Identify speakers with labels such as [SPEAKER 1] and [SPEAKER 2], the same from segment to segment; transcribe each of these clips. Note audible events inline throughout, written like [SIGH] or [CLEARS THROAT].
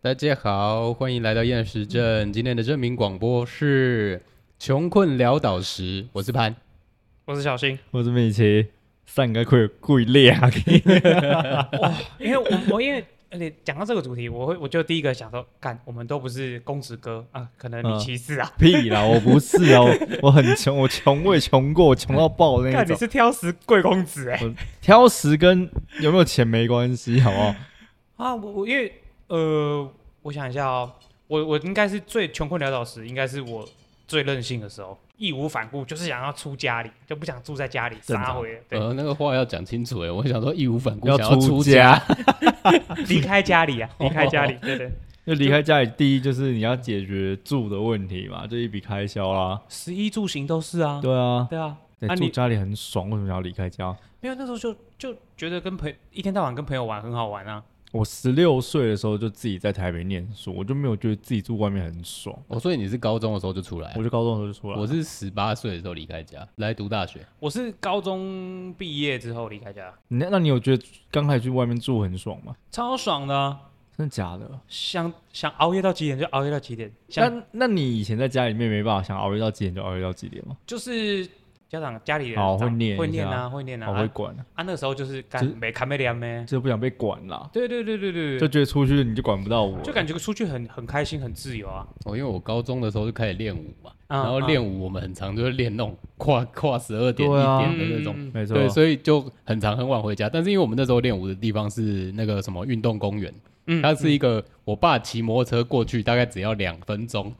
[SPEAKER 1] 大家好，欢迎来到厌食
[SPEAKER 2] 嗯
[SPEAKER 1] 症。今天的证明广播是穷困潦倒时，我是潘。
[SPEAKER 3] 我是小新，
[SPEAKER 2] 我这边以前上个会有贵列啊，
[SPEAKER 3] [LAUGHS] 因为我我因为呃你讲到这个主题，我会我就第一个想说，干，我们都不是公子哥啊，可能你
[SPEAKER 2] 嗯
[SPEAKER 3] 歧视啊，
[SPEAKER 2] 屁啦，我不是哦，我很穷，我穷我也穷过，我穷到爆的那
[SPEAKER 3] 干你
[SPEAKER 2] 种。
[SPEAKER 3] 是挑食贵公子哎、
[SPEAKER 2] 挑食跟有没有钱没关系，好不
[SPEAKER 3] [LAUGHS]
[SPEAKER 2] 好？
[SPEAKER 3] 啊，我我因为呃，我想一下哦，我我应该是最穷困潦倒时，应该是我最任性的时候，义无反顾就是想要出家里，就不想住在家里，
[SPEAKER 2] 正常
[SPEAKER 3] 杀回对，
[SPEAKER 1] 呃，那个话要讲清楚哎，我想说义无反顾
[SPEAKER 2] 要
[SPEAKER 1] 想要
[SPEAKER 2] 出
[SPEAKER 1] 出
[SPEAKER 2] 家
[SPEAKER 1] 家，
[SPEAKER 3] 离开家里啊，离开家里，对对，
[SPEAKER 2] [LAUGHS] 就离开家里，第一就是你要解决住的问题嘛，这一笔开销啦。
[SPEAKER 3] 食衣住行都是啊，
[SPEAKER 2] 对啊，
[SPEAKER 3] 对啊，
[SPEAKER 2] 对
[SPEAKER 3] 啊
[SPEAKER 2] 住
[SPEAKER 3] 你
[SPEAKER 2] 家里很爽，为什么要离开家？
[SPEAKER 3] 没有那时候就就觉得跟朋友一天到晚跟朋友玩很好玩啊，
[SPEAKER 2] 我十六岁的时候就自己在台北念书，我就没有觉得自己住外面很爽。
[SPEAKER 1] 哦，所以你是高中的时候就出来啊
[SPEAKER 2] 我，就高中的时候就出来了，
[SPEAKER 1] 我是十八岁的时候离开家来读大学。
[SPEAKER 3] 我是高中毕业之后离开家，
[SPEAKER 2] 你那那你有觉得刚开始去外面住很爽吗？
[SPEAKER 3] 超爽的啊、
[SPEAKER 2] 真的假的？
[SPEAKER 3] 想想熬夜到几点就熬夜到几点，想
[SPEAKER 2] 那那你以前在家里面没办法想熬夜到几点就熬夜到几点吗？
[SPEAKER 3] 就是家长家里人
[SPEAKER 2] 哦
[SPEAKER 3] 长
[SPEAKER 2] 会念一下
[SPEAKER 3] 会念啊，会念啊，
[SPEAKER 2] 我会管，
[SPEAKER 3] 啊那个时候就是干
[SPEAKER 2] 就是
[SPEAKER 3] 没看没凉没，
[SPEAKER 2] 就是不想被管啦，
[SPEAKER 3] 对对对对对
[SPEAKER 2] 就
[SPEAKER 3] 对，
[SPEAKER 2] 觉得出去你就管不到我，
[SPEAKER 3] 就感觉出去很很开心很自由啊，
[SPEAKER 1] 哦，因为我高中的时候就开始练舞嘛，
[SPEAKER 3] 啊
[SPEAKER 1] 然后
[SPEAKER 3] 啊
[SPEAKER 1] 练舞我们很常就是练那种跨跨十二点一
[SPEAKER 2] 对啊
[SPEAKER 1] 点的那种。
[SPEAKER 3] 嗯
[SPEAKER 2] 没错，
[SPEAKER 1] 对，所以就很常很晚回家，但是因为我们那时候练舞的地方是那个什么运动公园，
[SPEAKER 3] 嗯
[SPEAKER 1] 它是一个我爸骑摩托车过去，大概只要两分钟，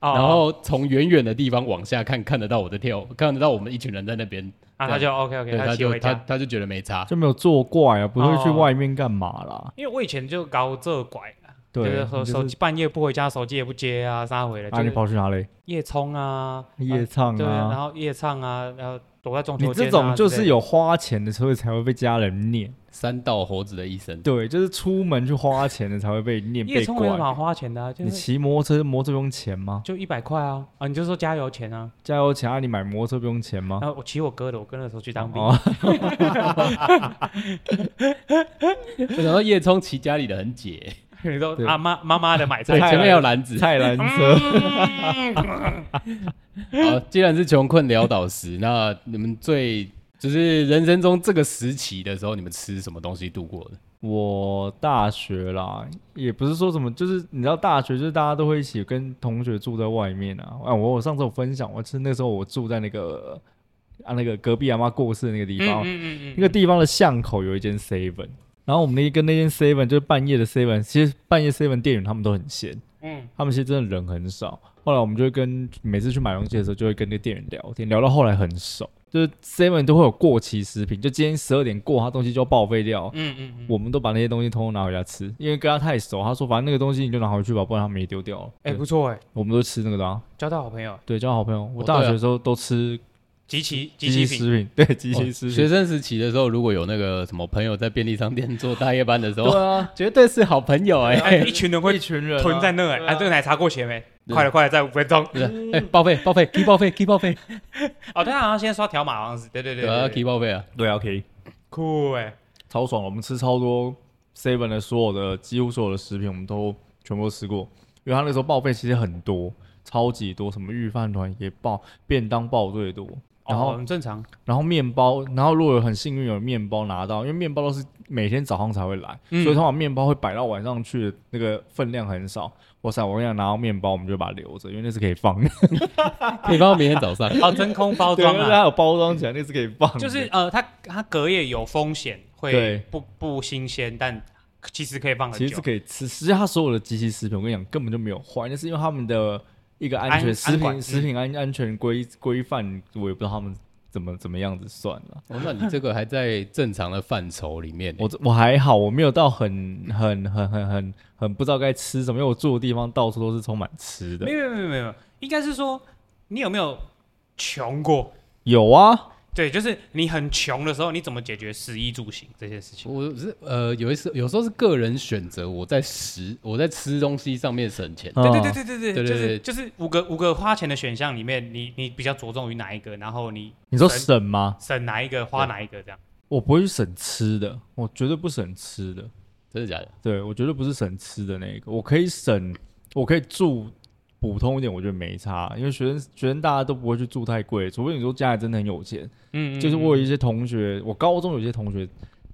[SPEAKER 3] 哦
[SPEAKER 1] 然后从远远的地方往下看，看得到我的跳，看得到我们一群人在那边，
[SPEAKER 3] 啊他就 OK
[SPEAKER 1] 对，
[SPEAKER 3] OK，
[SPEAKER 1] 他
[SPEAKER 3] 骑
[SPEAKER 1] 就
[SPEAKER 3] 回
[SPEAKER 1] 他
[SPEAKER 3] 家。
[SPEAKER 1] 他就觉得没差，
[SPEAKER 2] 就没有作怪啊，不会去
[SPEAKER 3] 哦
[SPEAKER 2] 外面干嘛啦。
[SPEAKER 3] 因为我以前就搞这拐，啊就是
[SPEAKER 2] 对，
[SPEAKER 3] 说
[SPEAKER 2] 你
[SPEAKER 3] 手
[SPEAKER 2] 就
[SPEAKER 3] 机
[SPEAKER 2] 是
[SPEAKER 3] 半夜不回家，手机也不接啊，啥回来
[SPEAKER 2] 啊，
[SPEAKER 3] 就
[SPEAKER 2] 你
[SPEAKER 3] 是
[SPEAKER 2] 跑去哪里？
[SPEAKER 3] 夜冲啊，
[SPEAKER 2] 夜唱
[SPEAKER 3] 对，然
[SPEAKER 2] 啊，
[SPEAKER 3] 后夜唱啊，然后躲在中
[SPEAKER 2] 你
[SPEAKER 3] 秋啊
[SPEAKER 2] 这
[SPEAKER 3] 节
[SPEAKER 2] 种就是有花钱的时候才会被家人念，
[SPEAKER 1] 三道猴子的一生。
[SPEAKER 2] 对，就是出门去花钱的才会被念
[SPEAKER 3] 夜
[SPEAKER 2] 被
[SPEAKER 3] 冲没有什么好
[SPEAKER 2] 管。
[SPEAKER 3] 花钱的、啊，就
[SPEAKER 2] 你
[SPEAKER 3] 是
[SPEAKER 2] 骑摩托车，摩托车不用钱吗？
[SPEAKER 3] 就一百块啊啊！你就说加油钱啊，
[SPEAKER 2] 加油钱啊！你买摩托车不用钱吗？
[SPEAKER 3] 然后我骑我哥的，我哥那时候去当兵，
[SPEAKER 2] 哦，
[SPEAKER 1] 我想到叶冲骑家里的很解，
[SPEAKER 3] 你说
[SPEAKER 2] 对
[SPEAKER 3] 啊妈妈妈的买
[SPEAKER 1] 对，
[SPEAKER 3] 菜
[SPEAKER 2] 太
[SPEAKER 1] 前面有篮子。
[SPEAKER 2] [LAUGHS] 菜篮车，
[SPEAKER 1] 好，既然是穷困潦倒时，那你们最就是人生中这个时期的时候，你们吃什么东西度过的？
[SPEAKER 2] 我大学啦，也不是说什么，就是你知道大学就是大家都会一起跟同学住在外面啊。啊，我我上次有分享，我是那时候我住在那个啊那个隔壁阿妈过世的那个地
[SPEAKER 3] 嗯
[SPEAKER 2] 方，
[SPEAKER 3] 嗯嗯
[SPEAKER 2] 那个地方的巷口有一间 seven，然后我们那跟那间 seven 就是半夜的 seven，其实半夜 seven 店员他们都很闲，
[SPEAKER 3] 嗯
[SPEAKER 2] 他们其实真的人很少。后来我们就会跟每次去买东西的时候，就会跟那个店员聊天，聊到后来很熟。就是 seven 都会有过期食品，就今天十二点过，它东西就要报废掉。
[SPEAKER 3] 嗯嗯嗯，
[SPEAKER 2] 我们都把那些东西通通拿回家吃，因为跟他太熟，他说反正那个东西你就拿回去吧，不然他们也丢掉了。
[SPEAKER 3] 哎、
[SPEAKER 2] 对
[SPEAKER 3] 不错哎、
[SPEAKER 2] 我们都吃那个的、啊，
[SPEAKER 3] 交到好朋友，
[SPEAKER 2] 对，交好朋友。我
[SPEAKER 1] 哦
[SPEAKER 2] 大
[SPEAKER 1] 对啊
[SPEAKER 2] 学的时候都吃
[SPEAKER 3] 集齐集
[SPEAKER 2] 机
[SPEAKER 3] 齐品，
[SPEAKER 2] 器食品，对，
[SPEAKER 1] [LAUGHS]
[SPEAKER 2] 机器
[SPEAKER 1] 哦
[SPEAKER 2] 食
[SPEAKER 1] 学
[SPEAKER 2] 品，
[SPEAKER 1] 生时期的时候，如果有那个什么朋友在便利商店做大夜班的时候，
[SPEAKER 2] 对啊，
[SPEAKER 1] 绝对是好朋友哎、
[SPEAKER 3] 哎一群人会
[SPEAKER 2] 一群人啊
[SPEAKER 3] 囤在那哎、
[SPEAKER 2] 对
[SPEAKER 3] 啊
[SPEAKER 2] 啊
[SPEAKER 3] 这个奶茶过期了没？
[SPEAKER 1] 对
[SPEAKER 3] 快了快了，再五分钟。
[SPEAKER 1] 对，哎、报废报废，可以报 [LAUGHS] 废，可以报废，
[SPEAKER 3] 哦，他好像先刷条码，好像是，对对对
[SPEAKER 1] 对啊，
[SPEAKER 3] 对
[SPEAKER 1] 可
[SPEAKER 3] 对
[SPEAKER 1] 以报废啊。
[SPEAKER 2] 对啊，OK，
[SPEAKER 3] 酷哎、
[SPEAKER 2] 超爽了。我们吃超多 seven 的所有的几乎所有的食品，我们都全部都吃过，因为他那时候报废其实很多，超级多，什么御饭团也报，便当报最多。然后
[SPEAKER 3] 哦，很正常，
[SPEAKER 2] 然后面包，然后如果有很幸运有面包拿到，因为面包都是每天早上才会来，
[SPEAKER 3] 嗯
[SPEAKER 2] 所以通常面包会摆到晚上去，那个分量很少。哇塞，我跟你讲，拿到面包我们就把它留着，因为那是可以放的，
[SPEAKER 1] 可以放到明天早 [LAUGHS] 上。
[SPEAKER 3] 哦，真空
[SPEAKER 2] [LAUGHS]
[SPEAKER 3] 包
[SPEAKER 2] 对，
[SPEAKER 3] 装
[SPEAKER 2] 因为它
[SPEAKER 3] 啊，
[SPEAKER 2] 有包装起来，那是可以放的。
[SPEAKER 3] 就是呃，它它隔夜有风险，会
[SPEAKER 2] 对
[SPEAKER 3] 不不新鲜，但其实可以放很久。
[SPEAKER 2] 其实是可以吃，实际上它所有的机器食品，我跟你讲根本就没有坏，那是因为他们的一个安全
[SPEAKER 3] 安
[SPEAKER 2] 食
[SPEAKER 3] 安管
[SPEAKER 2] 品食
[SPEAKER 3] 嗯
[SPEAKER 2] 品安安全规规范，我也不知道他们怎么怎么样子算了。
[SPEAKER 1] 哦，那你这个还在正常的范畴里面、哎
[SPEAKER 2] 我这我还好，我没有到很很很很很很不知道该吃什么，因为我住的地方到处都是充满吃的
[SPEAKER 3] 没。有没有没有，没有，应该是说你有没有穷过？
[SPEAKER 2] 有啊，
[SPEAKER 3] 对，就是你很穷的时候，你怎么解决食衣住行这件事情？
[SPEAKER 1] 我是呃，有一次有时候是个人选择，我在食我在吃东西上面省钱。
[SPEAKER 3] 对对
[SPEAKER 2] 嗯
[SPEAKER 3] 对对哦对
[SPEAKER 1] 对对
[SPEAKER 3] 对，就是
[SPEAKER 1] 对
[SPEAKER 3] 就是五个五个花钱的选项里面，你你比较着重于哪一个？然后你
[SPEAKER 2] 你说
[SPEAKER 3] 省
[SPEAKER 2] 省吗？
[SPEAKER 3] 省哪一个，花哪一个这样？
[SPEAKER 2] 我不会去省吃的，我绝对不省吃的。
[SPEAKER 1] 真的假的？
[SPEAKER 2] 对我绝对不是省吃的那个，我可以省，我可以住普通一点，我觉得没差，因为学生学生大家都不会去住太贵，除非你说家里真的很有钱。
[SPEAKER 3] 嗯，
[SPEAKER 2] 就是
[SPEAKER 3] 嗯
[SPEAKER 2] 我有一些同学，我高中有些同学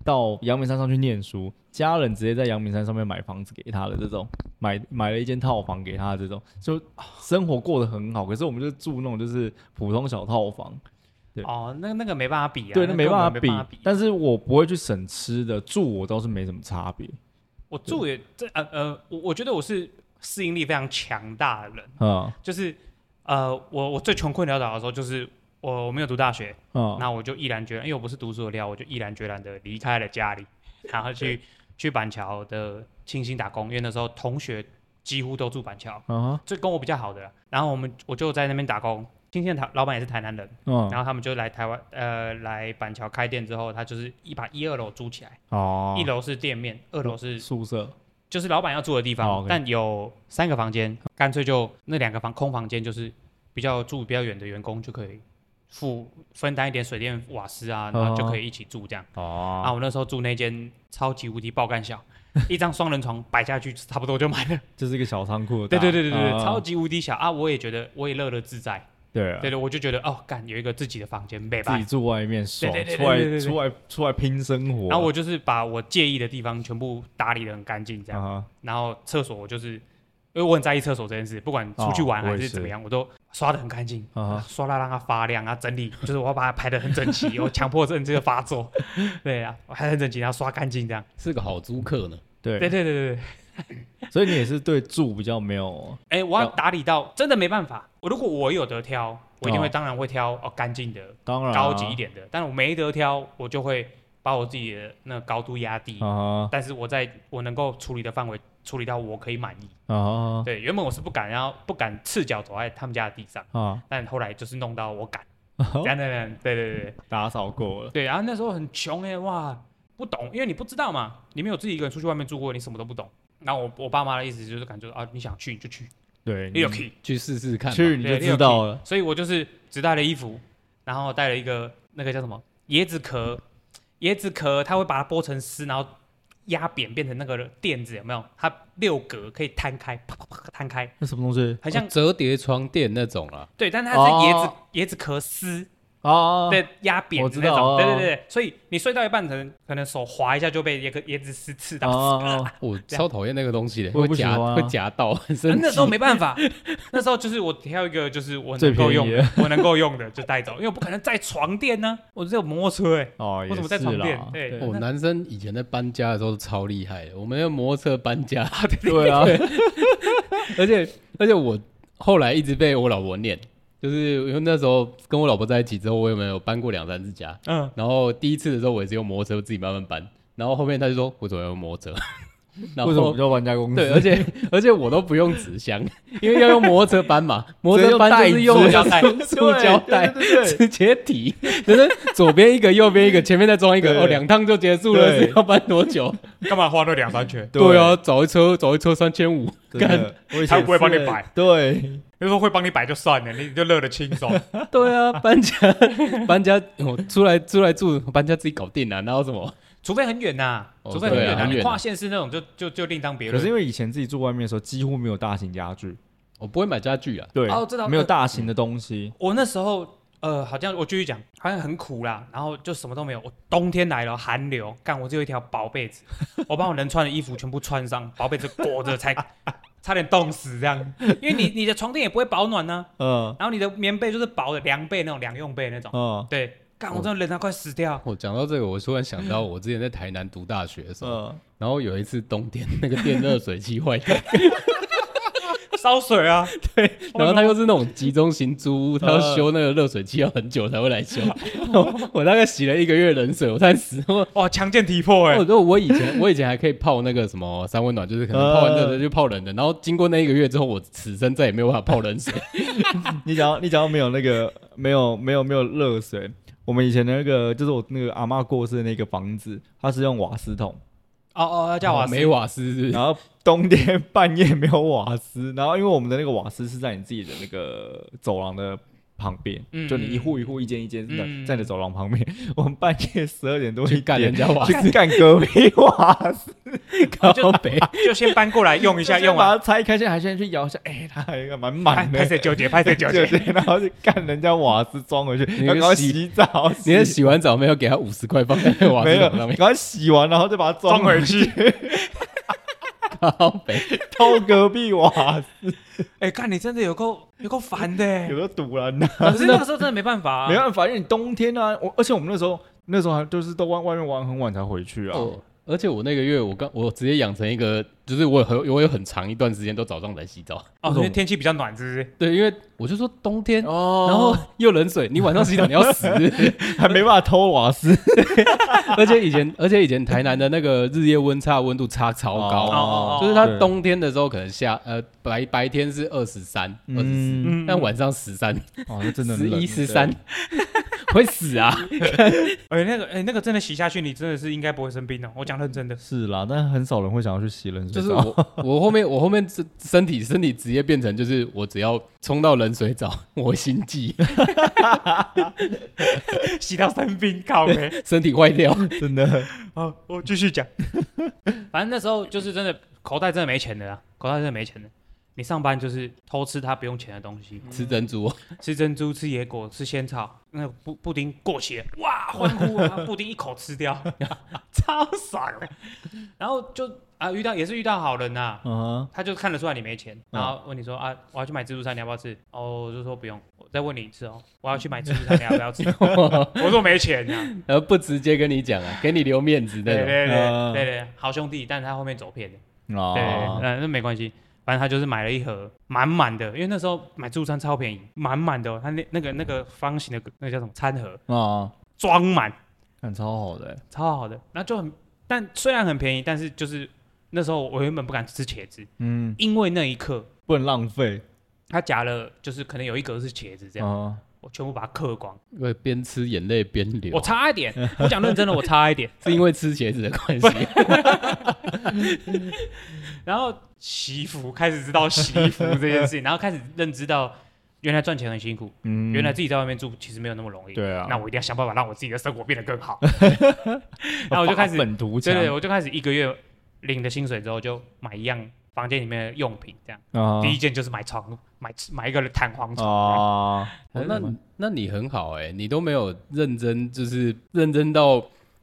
[SPEAKER 2] 到阳明山上去念书，家人直接在阳明山上面买房子给他的这种，买买了一间套房给他的这种，就生活过得很好。可是我们就住那种就是普通小套房，对
[SPEAKER 3] 哦，那那个没办法比啊，
[SPEAKER 2] 对，那没
[SPEAKER 3] 跟我
[SPEAKER 2] 办
[SPEAKER 3] 们
[SPEAKER 2] 法
[SPEAKER 3] 没
[SPEAKER 2] 比。但是我不会去省吃的，住我倒是没什么差别。
[SPEAKER 3] 我住也这呃呃，我我觉得我是适应力非常强大的人，
[SPEAKER 2] 啊
[SPEAKER 3] 就是呃，我我最穷困潦倒的时候，就是我我没有读大学，
[SPEAKER 2] 啊
[SPEAKER 3] 那我就毅然决然，因为我不是读书的料，我就毅然决然的离开了家里，然后去去板桥的清新打工，因为那时候同学几乎都住板桥，
[SPEAKER 2] 啊
[SPEAKER 3] 这跟我比较好的啦，然后我们我就在那边打工。清新的台老板也是台南人，
[SPEAKER 2] 嗯
[SPEAKER 3] 然后他们就来台湾，呃，来板桥开店之后，他就是一把一二楼租起来，
[SPEAKER 2] 哦嗯
[SPEAKER 3] 一，楼是店面，二楼是
[SPEAKER 2] 宿舍
[SPEAKER 3] 就是老板要住的地方，
[SPEAKER 2] 哦，OK
[SPEAKER 3] 但有三个房间，干脆就那两个房空房间，就是比较住比较远的员工就可以付分担一点水电瓦斯啊，然后就可以一起住这样。啊，
[SPEAKER 2] 哦，
[SPEAKER 3] 我那时候住那间超级无敌爆干小，一张双人床摆下去差不多就满了。
[SPEAKER 2] 就是一个小仓库的
[SPEAKER 3] 对
[SPEAKER 2] 大，
[SPEAKER 3] 对对对对，
[SPEAKER 2] 啊
[SPEAKER 3] 超级无敌小啊！我也觉得我也乐得自在。
[SPEAKER 2] 对啊
[SPEAKER 3] 对对，我就觉得哦，干有一个自己的房间，美
[SPEAKER 2] 自
[SPEAKER 3] 吧
[SPEAKER 2] 己。住外面爽，
[SPEAKER 3] 对对对
[SPEAKER 2] 出来
[SPEAKER 3] 对对对对
[SPEAKER 2] 出来出来拼生活。
[SPEAKER 3] 然后我就是把我介意的地方全部打理的很干净，这样。
[SPEAKER 2] 啊
[SPEAKER 3] 然后厕所我就是，因为我很在意厕所这件事，不管出去玩
[SPEAKER 2] 哦我
[SPEAKER 3] 还是
[SPEAKER 2] 也是
[SPEAKER 3] 怎么样，我都刷的很干净，
[SPEAKER 2] 啊哈
[SPEAKER 3] 刷到让它发亮啊，整理就是我要把它排的很整
[SPEAKER 2] [LAUGHS]
[SPEAKER 3] 齐，我强迫症这个发作， [LAUGHS] 对啊，我还很整齐，然后刷干净这样，
[SPEAKER 1] 是个好租客呢。
[SPEAKER 2] 对
[SPEAKER 3] 对对对对对，
[SPEAKER 2] 所以你也是对住比较没
[SPEAKER 3] [LAUGHS]
[SPEAKER 2] 有
[SPEAKER 3] 哎，我要打理到真的没办法，我如果我有得挑，我一定会当然会挑哦干净的、
[SPEAKER 2] 当然啊、
[SPEAKER 3] 高级一点的，但我没得挑，我就会把我自己的那个高度压低，
[SPEAKER 2] 啊
[SPEAKER 3] 但是我在我能够处理的范围处理到我可以满意。
[SPEAKER 2] 哈啊
[SPEAKER 3] 对，原本我是不敢，然后不敢赤脚走在他们家的地上，
[SPEAKER 2] 哈
[SPEAKER 3] 但后来就是弄到我敢， [LAUGHS]
[SPEAKER 2] 啊！
[SPEAKER 3] 等等等，对对对对
[SPEAKER 2] 打扫过了，
[SPEAKER 3] 对，然后那时候很穷哎、哇，不懂，因为你不知道嘛，你没有自己一个人出去外面住过，你什么都不懂。然后我我爸妈的意思就是感觉啊，你想去你就去，
[SPEAKER 2] 对，
[SPEAKER 3] 你有 key，
[SPEAKER 1] 去试试看嘛，
[SPEAKER 2] 去你就
[SPEAKER 3] 对
[SPEAKER 2] 知道了。
[SPEAKER 3] 所以我就是只带了衣服，然后带了一个那个叫什么椰子壳，椰子壳它会把它剥成丝，然后压扁变成那个垫子，有没有？它六格可以摊开，啪啪啪摊开，
[SPEAKER 2] 那什么东西
[SPEAKER 3] 很像
[SPEAKER 1] 哦折叠床垫那种啊啦。
[SPEAKER 3] 对，但它是椰子、椰子壳丝
[SPEAKER 2] 啊？
[SPEAKER 3] 对，压扁
[SPEAKER 2] 我
[SPEAKER 3] 的
[SPEAKER 2] 知
[SPEAKER 3] 那
[SPEAKER 2] 道
[SPEAKER 3] 种，
[SPEAKER 2] 哦
[SPEAKER 3] 对对对，所以你睡到一半，可能可能手滑一下就被椰个椰子丝刺
[SPEAKER 2] 啊
[SPEAKER 3] 到，
[SPEAKER 2] 啊，啊
[SPEAKER 1] 我
[SPEAKER 3] 这样
[SPEAKER 1] 超讨厌那个东西的，
[SPEAKER 2] 我也
[SPEAKER 1] 会
[SPEAKER 2] 不喜
[SPEAKER 1] 夹
[SPEAKER 2] 欢啊
[SPEAKER 1] 会夹到，很
[SPEAKER 3] 啊
[SPEAKER 1] 生
[SPEAKER 3] 那时候
[SPEAKER 1] 气。
[SPEAKER 3] 没办法， [LAUGHS] 那时候就是我挑一个就是我
[SPEAKER 2] 最
[SPEAKER 3] 能够
[SPEAKER 2] 便
[SPEAKER 3] 用
[SPEAKER 2] 宜
[SPEAKER 3] 的，我能够用的就带走，因为我不可能在床垫呢、我只有摩托车哎、 [LAUGHS]
[SPEAKER 2] 哦，也
[SPEAKER 3] 我怎么在
[SPEAKER 2] 是
[SPEAKER 3] 床
[SPEAKER 2] 啦
[SPEAKER 3] 垫对
[SPEAKER 2] 对
[SPEAKER 1] 我
[SPEAKER 3] 那
[SPEAKER 1] 哦男生以前在搬家的时候都超厉害的，我们用摩托车搬家， [LAUGHS]
[SPEAKER 3] [LAUGHS]
[SPEAKER 2] 对啊，
[SPEAKER 1] 而且而且我后来一直被我老婆念，就是因为那时候跟我老婆在一起之后，我有没有搬过两三次家？
[SPEAKER 3] 嗯，
[SPEAKER 1] 然后第一次的时候我也是用摩托车自己慢慢搬，然后后面他就说我怎么用摩托
[SPEAKER 2] [LAUGHS]
[SPEAKER 1] 车？然
[SPEAKER 2] 为什么不
[SPEAKER 1] 后
[SPEAKER 2] 叫玩家公司？
[SPEAKER 3] [LAUGHS]
[SPEAKER 1] 对，而且而且我都不用纸箱， [LAUGHS] 因为要用摩托车搬嘛，摩托车搬就是用
[SPEAKER 3] 直接用袋
[SPEAKER 2] [LAUGHS]
[SPEAKER 3] 子
[SPEAKER 1] 塑胶袋
[SPEAKER 2] 对对对
[SPEAKER 1] 直
[SPEAKER 2] 对
[SPEAKER 1] 接提，就是左边一个，右边一个，前面再装一
[SPEAKER 2] 对
[SPEAKER 1] 个，哦，两趟就结束了，
[SPEAKER 2] 对
[SPEAKER 1] 是要搬多久？
[SPEAKER 3] 干嘛花那两三
[SPEAKER 2] [LAUGHS]
[SPEAKER 3] 圈？
[SPEAKER 1] 对啊，，找一车找一车三千五，
[SPEAKER 2] 真的，我以前
[SPEAKER 3] 他又不会帮你
[SPEAKER 2] 是
[SPEAKER 3] 摆，
[SPEAKER 2] 对，
[SPEAKER 3] 就说会帮你摆就算了，你就乐得轻
[SPEAKER 2] [LAUGHS]
[SPEAKER 3] 松。
[SPEAKER 1] 对啊， [LAUGHS] 搬家搬家，我出来出来住，搬家自己搞定了、哪有什么？
[SPEAKER 3] 除非很远呐、
[SPEAKER 1] 哦
[SPEAKER 3] 除非很
[SPEAKER 2] 对啊
[SPEAKER 3] 远、啊，
[SPEAKER 1] 很
[SPEAKER 3] 你
[SPEAKER 1] 远啊
[SPEAKER 3] 跨县市那种就就就另当别
[SPEAKER 2] 可是
[SPEAKER 3] 论。
[SPEAKER 2] 因为以前自己住外面的时候，几乎没有大型家具，
[SPEAKER 1] 我不会买家具啊，
[SPEAKER 2] 对，
[SPEAKER 3] 哦知道
[SPEAKER 2] 没有
[SPEAKER 3] 呃
[SPEAKER 2] 大型的东西，
[SPEAKER 3] 我那时候呃，好像我继续讲，好像很苦啦，然后就什么都没有。我冬天来了，寒流，干我只有一条薄被子， [LAUGHS] 我把我能穿的衣服全部穿上，薄被子裹着才 [LAUGHS] 差点冻死这样。因为你你的床垫也不会保暖呢、
[SPEAKER 2] 嗯
[SPEAKER 3] 然后你的棉被就是薄的凉被那种凉用被那种。
[SPEAKER 2] 嗯
[SPEAKER 3] 对，干我真的冷啊到快死掉。
[SPEAKER 1] 我讲到这个，我突然想到我之前在台南读大学的时候，
[SPEAKER 2] 嗯，
[SPEAKER 1] 然后有一次冬天那个电热水器坏掉， [LAUGHS]
[SPEAKER 3] 烧水啊！
[SPEAKER 1] 然后他又是那种集中型租屋，他要修那个热水器要很久才会来修，我我大概洗了一个月冷水，我才死。我
[SPEAKER 3] 哇，哦强健体魄
[SPEAKER 2] 嗯
[SPEAKER 3] 哎、
[SPEAKER 1] 我说我以前我以前还可以泡那个什么三温暖，就是可能泡完热水就泡冷的，然后经过那一个月之后，我此生再也没有办法泡冷水。
[SPEAKER 2] 你讲到你讲到没有那个没有没有没有热水，我们以前的那个就是我那个阿嬷过世的那个房子，它是用瓦斯桶，
[SPEAKER 3] 哦哦，要叫瓦斯
[SPEAKER 1] 没瓦斯哦是不是
[SPEAKER 2] 然后冬天半夜没有瓦斯，然后因为我们的那个瓦斯是在你自己的那个走廊的旁边，
[SPEAKER 3] 嗯
[SPEAKER 2] 就你一户一户、一间一间的
[SPEAKER 3] 嗯
[SPEAKER 2] 在你的走廊旁边。 [LAUGHS] 我们半夜十二点多
[SPEAKER 1] 去
[SPEAKER 2] 一
[SPEAKER 1] 干
[SPEAKER 2] 点
[SPEAKER 1] 人家瓦哦
[SPEAKER 2] 去干隔壁瓦斯，
[SPEAKER 1] 靠北，
[SPEAKER 3] 就先 [LAUGHS] 搬过来用一下，
[SPEAKER 2] 就先
[SPEAKER 3] 用
[SPEAKER 2] 把
[SPEAKER 3] 完
[SPEAKER 2] 它拆开，现在还先去摇一下，哎，它还有一个蛮
[SPEAKER 3] 拍
[SPEAKER 2] 满的
[SPEAKER 3] 拍，谁纠结，拍谁纠
[SPEAKER 2] [LAUGHS] 就
[SPEAKER 3] 结。
[SPEAKER 2] 是然后去干人家瓦斯装回去，
[SPEAKER 1] 你
[SPEAKER 2] 然后赶快
[SPEAKER 1] 洗
[SPEAKER 2] 洗澡，
[SPEAKER 1] 你是
[SPEAKER 2] 洗
[SPEAKER 1] 洗完澡没有给他五十块放在瓦斯
[SPEAKER 2] 没有，
[SPEAKER 1] 桶上
[SPEAKER 2] 赶
[SPEAKER 1] 面？
[SPEAKER 2] 快洗完然后再把它装
[SPEAKER 3] 装回去，
[SPEAKER 1] 靠北，
[SPEAKER 2] 偷隔壁瓦斯，
[SPEAKER 3] 哎，看你真的有够有够烦的欸
[SPEAKER 2] [LAUGHS] 有，个堵人呐，
[SPEAKER 3] 可是那个时候真的没办法啊，
[SPEAKER 2] 没办法，因为你冬天啊，我而且我们那时候那时候还就是都外外面玩很晚才回去啊，
[SPEAKER 1] 哦而且我那个月，我刚我直接养成一个，就是我有很我有很长一段时间都早上来洗澡。
[SPEAKER 3] 哦，因为天气比较暖，是不是？
[SPEAKER 1] 对，因为我就说冬天，
[SPEAKER 2] 哦
[SPEAKER 1] 然后又冷水，你晚上洗澡你要 [LAUGHS] 死。
[SPEAKER 2] 还没办法偷瓦斯，
[SPEAKER 1] 而且以前，而且以前台南的那个日夜温差温度差超
[SPEAKER 3] 哦
[SPEAKER 1] 高，
[SPEAKER 3] 哦哦，
[SPEAKER 1] 就是它
[SPEAKER 2] 对
[SPEAKER 1] 冬天的时候可能下呃白白天是二十三、二十四，
[SPEAKER 2] 嗯，
[SPEAKER 3] 嗯
[SPEAKER 1] 但晚上十三、
[SPEAKER 2] 哦，那真的很
[SPEAKER 1] 十
[SPEAKER 2] 冷
[SPEAKER 1] 一、十三，， [LAUGHS] 会死啊！
[SPEAKER 3] 哎那个哎那个真的洗下去，你真的是应该不会生病哦，我讲认 [LAUGHS] 真的。
[SPEAKER 2] 是啦，但很少人会想要去洗冷
[SPEAKER 1] 就
[SPEAKER 2] 水
[SPEAKER 1] 是
[SPEAKER 2] 澡，
[SPEAKER 1] 我，我后面我后面身身体身体直接变成就是我只要冲到冷水澡，我会心悸，
[SPEAKER 3] 洗到生病，靠 [LAUGHS] 呗。
[SPEAKER 1] 身体坏掉。
[SPEAKER 2] [LAUGHS] 真的，
[SPEAKER 3] 好，我继续讲。 [LAUGHS] 反正那时候就是真的口袋真的没钱的啦，口袋真的没钱的。你上班就是偷吃他不用钱的东西，
[SPEAKER 1] 吃珍珠， [LAUGHS]
[SPEAKER 3] 吃珍珠、吃野果、吃仙草，那个布布丁过期了，哇，欢呼啊！布丁一口吃掉， [LAUGHS] 超爽的。然后就啊，遇到也是遇到好人呐、
[SPEAKER 2] 啊，
[SPEAKER 3] 他就看得出来你没钱，然后问你说啊，我要去买自助餐，你要不要吃？哦，我就说不用。我再问你一次 [LAUGHS] 哦，我要去买自助餐，你要不要 [LAUGHS] 吃？我说没钱 [LAUGHS] 啊。
[SPEAKER 1] 然后不直接跟你讲啊，给你留面子那
[SPEAKER 3] 对
[SPEAKER 1] 种。
[SPEAKER 3] 对
[SPEAKER 2] 嗯
[SPEAKER 3] 对对对，好兄弟，但是他后面走偏了。对，
[SPEAKER 2] 哦，
[SPEAKER 3] 嗯，那没关系，反正他就是买了一盒满满的，因为那时候买自助餐超便宜，满满的哦，他那那个那个方形的那个叫什么餐盒
[SPEAKER 2] 啊，
[SPEAKER 3] 装满，
[SPEAKER 2] 看超好的欸，
[SPEAKER 3] 超好的，那就很，但虽然很便宜，但是就是那时候我原本不敢吃茄子，
[SPEAKER 2] 嗯，
[SPEAKER 3] 因为那一刻
[SPEAKER 2] 不能浪费，
[SPEAKER 3] 他夹了，就是可能有一格是茄子这样，
[SPEAKER 2] 啊，
[SPEAKER 3] 我全部把它嗑光，
[SPEAKER 1] 会边吃眼泪边流
[SPEAKER 3] 我，差一点，我讲认真的，我差一点，
[SPEAKER 1] 是因为吃茄子的关系。
[SPEAKER 3] 然后洗衣服开始知道洗衣服这件事情，然后开始认知到原来赚钱很辛苦。
[SPEAKER 2] 嗯，
[SPEAKER 3] 原来自己在外面住其实没有那么容易。
[SPEAKER 2] 对啊
[SPEAKER 3] 那我一定要想办法让我自己的生活变得更
[SPEAKER 2] [LAUGHS]
[SPEAKER 3] 好。然后我就开始，
[SPEAKER 2] 哦本图
[SPEAKER 3] 对
[SPEAKER 2] 强，
[SPEAKER 3] 对，我就开始一个月领的薪水之后就买一样房间里面的用品，这样。
[SPEAKER 2] 啊
[SPEAKER 3] 第一件就是买床，买买一个弹簧床。
[SPEAKER 2] 啊，
[SPEAKER 1] 哦那你那你很好哎、你都没有认真，就是认真到，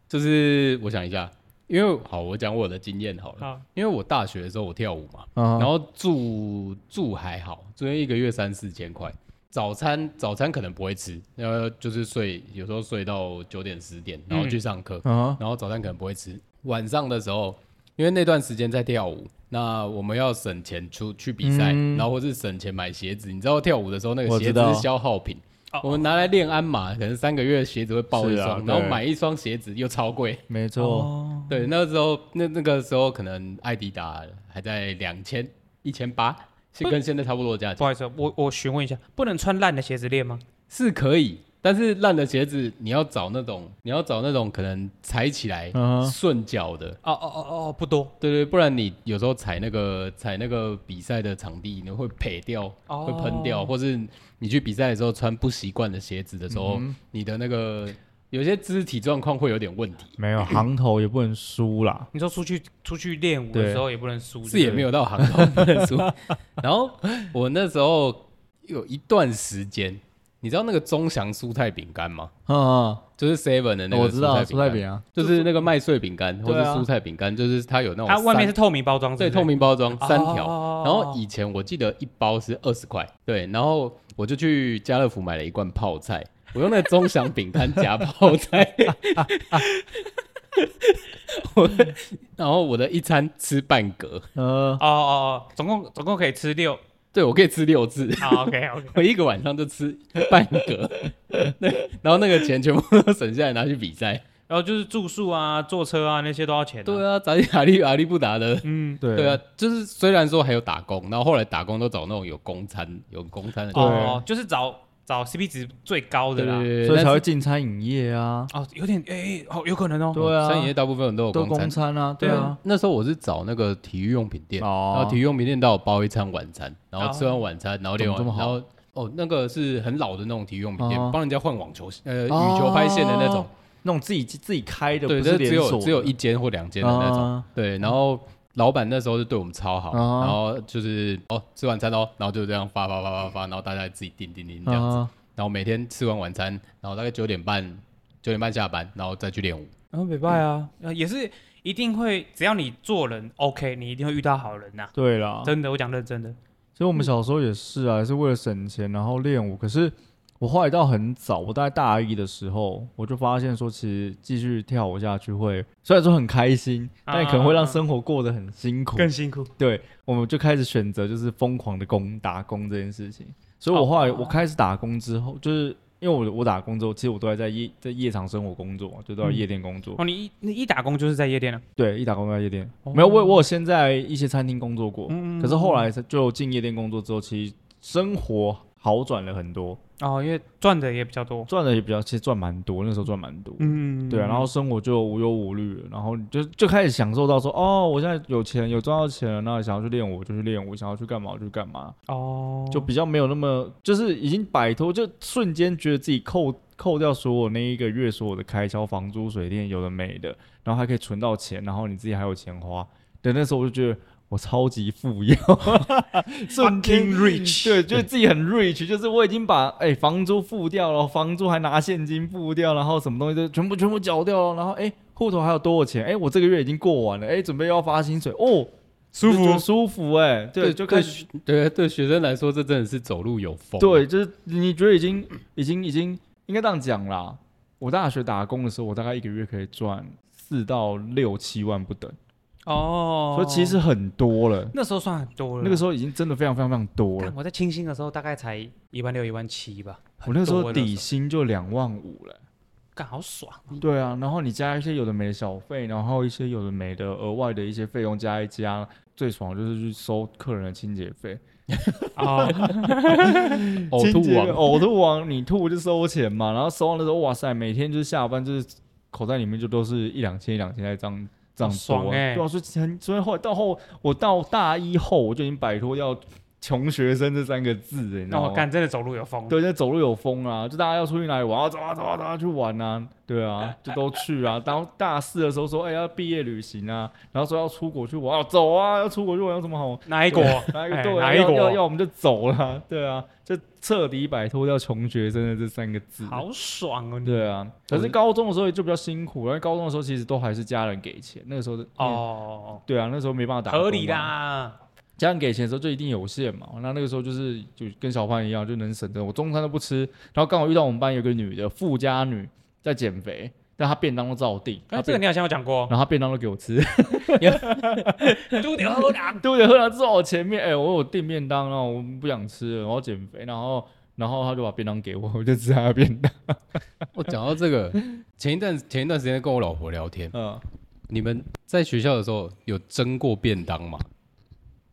[SPEAKER 1] 就是我想一下，因为好，我讲我的经验好了，
[SPEAKER 2] 哦
[SPEAKER 3] 好
[SPEAKER 1] 因为我大学的时候我跳舞嘛，
[SPEAKER 2] 然
[SPEAKER 1] 然后住住还好，住一个月三四千块。早餐早餐可能不会吃，呃，就是睡，有时候睡到九点十点，然后去上课，
[SPEAKER 2] 啊，
[SPEAKER 1] 然后早餐可能不会吃。晚上的时候，因为那段时间在跳舞，那我们要省钱出去比赛，
[SPEAKER 2] 嗯
[SPEAKER 1] 然后或是省钱买鞋子。你知道跳舞的时候那个
[SPEAKER 2] 我
[SPEAKER 1] 鞋
[SPEAKER 2] 知
[SPEAKER 1] 子
[SPEAKER 2] 道
[SPEAKER 1] 是消耗品，
[SPEAKER 3] 哦
[SPEAKER 1] 我们拿来练鞍马，可能三个月鞋子会爆一
[SPEAKER 2] 是啊
[SPEAKER 1] 双，
[SPEAKER 2] 对
[SPEAKER 1] 然后买一双鞋子又超贵。
[SPEAKER 2] 没错，
[SPEAKER 3] 哦，
[SPEAKER 1] 对，那时候那那个时候可能艾迪达还在两千一千八，是跟现在差不多的价钱，
[SPEAKER 3] 不好意思，我我询问一下，不能穿烂的鞋子练吗？
[SPEAKER 1] 是可以。但是烂的鞋子，你要找那种，你要找那种可能踩起来
[SPEAKER 2] 嗯
[SPEAKER 1] 顺脚的，
[SPEAKER 3] 哦哦哦哦，不多，
[SPEAKER 1] 对对，不然你有时候踩那个踩那个比赛的场地，你会赔掉，
[SPEAKER 3] 哦
[SPEAKER 1] 会喷掉，或是你去比赛的时候穿不习惯的鞋子的时候，你的那个有些肢体状况会有点问题，
[SPEAKER 2] 没 [CLEARS THROAT] 有行头也不能输啦，
[SPEAKER 3] 你说出去出去练舞的
[SPEAKER 2] 对
[SPEAKER 3] 时候也不能输，
[SPEAKER 1] 是也没
[SPEAKER 3] 有
[SPEAKER 1] 有到行头不能输。然后我那时候有一段时间，你知道那个中祥蔬菜饼干吗？
[SPEAKER 2] 啊，
[SPEAKER 1] 就是 Seven 的那个
[SPEAKER 2] 我知道
[SPEAKER 1] 蔬
[SPEAKER 2] 蔬
[SPEAKER 1] 菜
[SPEAKER 2] 菜
[SPEAKER 1] 饼干，
[SPEAKER 2] 饼啊，
[SPEAKER 1] 就是那个麦穗饼干或
[SPEAKER 2] 对
[SPEAKER 1] 者
[SPEAKER 2] 啊
[SPEAKER 1] 蔬菜饼干，就是它有那种
[SPEAKER 3] 它外面
[SPEAKER 1] 三
[SPEAKER 3] 是透明包装，是不
[SPEAKER 1] 对
[SPEAKER 3] 是
[SPEAKER 1] 透明包装三条。
[SPEAKER 3] 条
[SPEAKER 1] 然后以前我记得一包是二十块，对，然后我就去家乐福买了一罐泡菜，我用那个中祥饼干夹泡菜， [LAUGHS] 我 [LAUGHS] 然后我的一餐吃半格，
[SPEAKER 2] 呃，
[SPEAKER 3] 哦哦哦，总共总共可以吃
[SPEAKER 2] [LAUGHS]
[SPEAKER 3] 六，啊
[SPEAKER 1] 对我可以吃六次， [LAUGHS]
[SPEAKER 3] 好 OK OK，
[SPEAKER 1] 我一个晚上就吃半格， [LAUGHS] 对，然后那个钱全部都省下来拿去比赛，
[SPEAKER 3] 然后就是住宿啊、坐车啊那些都要钱、
[SPEAKER 1] 对
[SPEAKER 3] 啊，
[SPEAKER 1] 啊，咱阿利阿利布达的。
[SPEAKER 3] 嗯，
[SPEAKER 2] 对
[SPEAKER 1] 对啊，，就是虽然说还有打工，然后后来打工都找那种有公餐、有公餐的地
[SPEAKER 2] 对
[SPEAKER 1] 方，
[SPEAKER 3] 哦，就是找找 CP 值最高的
[SPEAKER 1] 对
[SPEAKER 3] 啦。
[SPEAKER 1] 对对，
[SPEAKER 2] 所以才
[SPEAKER 1] 但
[SPEAKER 2] 会
[SPEAKER 1] 是
[SPEAKER 2] 进餐饮业啊，
[SPEAKER 3] 哦，有点哎、好，哦，有可能哦。
[SPEAKER 2] 对啊，
[SPEAKER 1] 餐饮业大部分人都有
[SPEAKER 2] 都
[SPEAKER 1] 公餐
[SPEAKER 2] 公，餐啊，对
[SPEAKER 3] 对
[SPEAKER 2] 啊，
[SPEAKER 1] 那时候我是找那啊个体育用品店，
[SPEAKER 2] 哦
[SPEAKER 1] 然后体育用品店到我包一餐晚餐，然
[SPEAKER 3] 哦
[SPEAKER 1] 后吃完晚餐，然后练完，
[SPEAKER 2] 怎么这么
[SPEAKER 1] 然
[SPEAKER 2] 好
[SPEAKER 1] 后哦，那个是很老的那种体育用品店
[SPEAKER 2] 哦，
[SPEAKER 1] 帮人家换网球呃羽
[SPEAKER 2] 哦
[SPEAKER 1] 球拍线的那种，
[SPEAKER 2] 那种自己自己开的，
[SPEAKER 1] 对，
[SPEAKER 2] 不是
[SPEAKER 1] 这
[SPEAKER 2] 连
[SPEAKER 1] 只
[SPEAKER 2] 锁
[SPEAKER 1] 有
[SPEAKER 2] 的
[SPEAKER 1] 只有一间或两间的那种，
[SPEAKER 2] 啊
[SPEAKER 1] 对，然后。老板那时候就对我们超好，
[SPEAKER 2] 哦
[SPEAKER 1] 然后就是哦吃晚餐哦，然后就这样发发发发发，然后大家自己订订订这样子，
[SPEAKER 2] 啊
[SPEAKER 1] 然后每天吃完晚餐，然后大概九点半九点半下班，然后再去练舞。
[SPEAKER 3] 然后北拜啊，呃也是一定会，只要你做人 OK，你一定会遇到好人呐、
[SPEAKER 2] 对啦，
[SPEAKER 3] 真的，我讲认真的。
[SPEAKER 2] 所以我
[SPEAKER 3] 嗯
[SPEAKER 2] 们小时候也是啊，也是为了省钱然后练舞。可是我后来到很早，我大概大一的时候，我就发现说，其实继续跳舞下去会，虽然说很开心，
[SPEAKER 3] 啊
[SPEAKER 2] 但也可能会让生活过得很辛苦。
[SPEAKER 3] 辛苦。
[SPEAKER 2] 对，我们就开始选择就是疯狂的工打工这件事情。所以我后来
[SPEAKER 3] 哦
[SPEAKER 2] 我开始打工之后，就是因为我我打工之后，其实我都还在夜在夜场生活工作嘛，就都在
[SPEAKER 3] 嗯
[SPEAKER 2] 夜店工作。
[SPEAKER 3] 哦，你一你一打工就是在夜店啊了、
[SPEAKER 2] 对，一打工都在夜店。
[SPEAKER 3] 哦
[SPEAKER 2] 没有，我有我有先在一些餐厅工作过，
[SPEAKER 3] 嗯嗯
[SPEAKER 2] 可是后来就进夜店工作之后，其实生活好转了很多，
[SPEAKER 3] 哦，因为赚的也比较多。
[SPEAKER 2] 赚的也比较，其实赚蛮多，那时候赚蛮多。
[SPEAKER 3] 嗯
[SPEAKER 2] 对啊，然后生活就无忧无虑了，然后你就就开始享受到说，哦，我现在有钱，有赚到钱了，那想要去练舞我就去练舞，想要去干嘛我就去干嘛，
[SPEAKER 3] 哦，
[SPEAKER 2] 就比较没有那么，就是已经摆脱，就瞬间觉得自己扣扣掉所有那一个月所有的开销，房租、水电，有的没的，然后还可以存到钱，然后你自己还有钱花。对，那时候我就觉得我超级富有， [LAUGHS] 瞬间
[SPEAKER 3] Fucking rich
[SPEAKER 2] 对，就是自己很 rich，就是我已经把哎、房租付掉了，房租还拿现金付掉，然后什么东西都全部全部缴掉了，然后哎。户头还有多少钱？哎、我这个月已经过完了，哎、准备要发薪水哦，
[SPEAKER 3] 舒
[SPEAKER 2] 就觉得
[SPEAKER 3] 服。
[SPEAKER 2] 舒服哎、对，就开
[SPEAKER 1] 对
[SPEAKER 2] 始
[SPEAKER 1] 学对对学生来说，这真的是走路有风。
[SPEAKER 2] 对，就是你觉得已经 [CLEARS THROAT] 已经已经应该这样讲啦。我大学打工的时候，我大概一个月可以赚四到六七万不等，
[SPEAKER 3] 哦，啊
[SPEAKER 2] 所以其实很多了。
[SPEAKER 3] 那时候算很多了。
[SPEAKER 2] 那个时候已经真的非常非常非常多
[SPEAKER 3] 看
[SPEAKER 2] 了。
[SPEAKER 3] 我在清新的时候大概才一万六、一万七吧。
[SPEAKER 2] 我那
[SPEAKER 3] 很
[SPEAKER 2] 时
[SPEAKER 3] 多
[SPEAKER 2] 候
[SPEAKER 3] 了
[SPEAKER 2] 底薪就两万五了，
[SPEAKER 3] 干好爽。
[SPEAKER 2] 对啊，然后你加一些有的没的小费，然后一些有的没的额外的一些费用加一加，最爽的就是去收客人的清洁费。
[SPEAKER 3] [LAUGHS] [LAUGHS] 哦，
[SPEAKER 1] 呕
[SPEAKER 2] 清
[SPEAKER 1] 吐
[SPEAKER 2] 洁
[SPEAKER 1] 王
[SPEAKER 2] 费呕吐王，你吐就收钱嘛，然后收完的时候，哇塞，每天就是下班就是口袋里面就都是一两千一两千在这样这样
[SPEAKER 3] 好爽
[SPEAKER 2] 多
[SPEAKER 3] 欸
[SPEAKER 2] 对啊，所以很所以后来到后我到大一后我就已经摆脱掉穷学生这三个字了，你知
[SPEAKER 3] 那
[SPEAKER 2] 道
[SPEAKER 3] 我
[SPEAKER 2] 吗？
[SPEAKER 3] 哦干真的走路有风。
[SPEAKER 2] 对，现在走路有风啊，就大家要出去哪里玩啊，走啊走啊走啊去玩啊，对啊，就都去啊。然后大四的时候说，哎、要毕业旅行啊，然后说要出国去玩，啊走啊，要出国去玩有什么好
[SPEAKER 3] 哪一国？
[SPEAKER 2] 哪一个
[SPEAKER 3] 哎
[SPEAKER 2] 对、啊，
[SPEAKER 3] 哪一
[SPEAKER 2] 要要
[SPEAKER 3] 国？
[SPEAKER 2] 要我们就走了， [LAUGHS] 对啊，就彻底摆脱掉穷学生的这三个字。
[SPEAKER 3] 好爽哦！你
[SPEAKER 2] 对啊，可是高中的时候就比较辛苦，因为高中的时候其实都还是家人给钱，那个时候的，
[SPEAKER 3] 哦，
[SPEAKER 2] 对啊，那时候没办法打，
[SPEAKER 3] 合理，啦。
[SPEAKER 2] 家人给钱的时候就一定有限嘛。那那个时候就是就跟小胖一样，就能省着，我中餐都不吃，然后刚好遇到我们班有个女的富家女在减肥，但她便当都照订，她
[SPEAKER 3] 哎，这个
[SPEAKER 2] 便
[SPEAKER 3] 你好像有讲 [LAUGHS] 过，
[SPEAKER 2] 然后她便当都给我吃，
[SPEAKER 3] 都得喝啦。
[SPEAKER 2] 对对，后来坐我前面，哎、我有订便当，然后我不想吃了，我要减肥，然后然后他就把便当给我，我就吃他的便当。
[SPEAKER 1] [LAUGHS] 我讲到这个，前一段前一段时间跟我老婆聊天，
[SPEAKER 2] 嗯，
[SPEAKER 1] 你们在学校的时候有蒸过便当吗？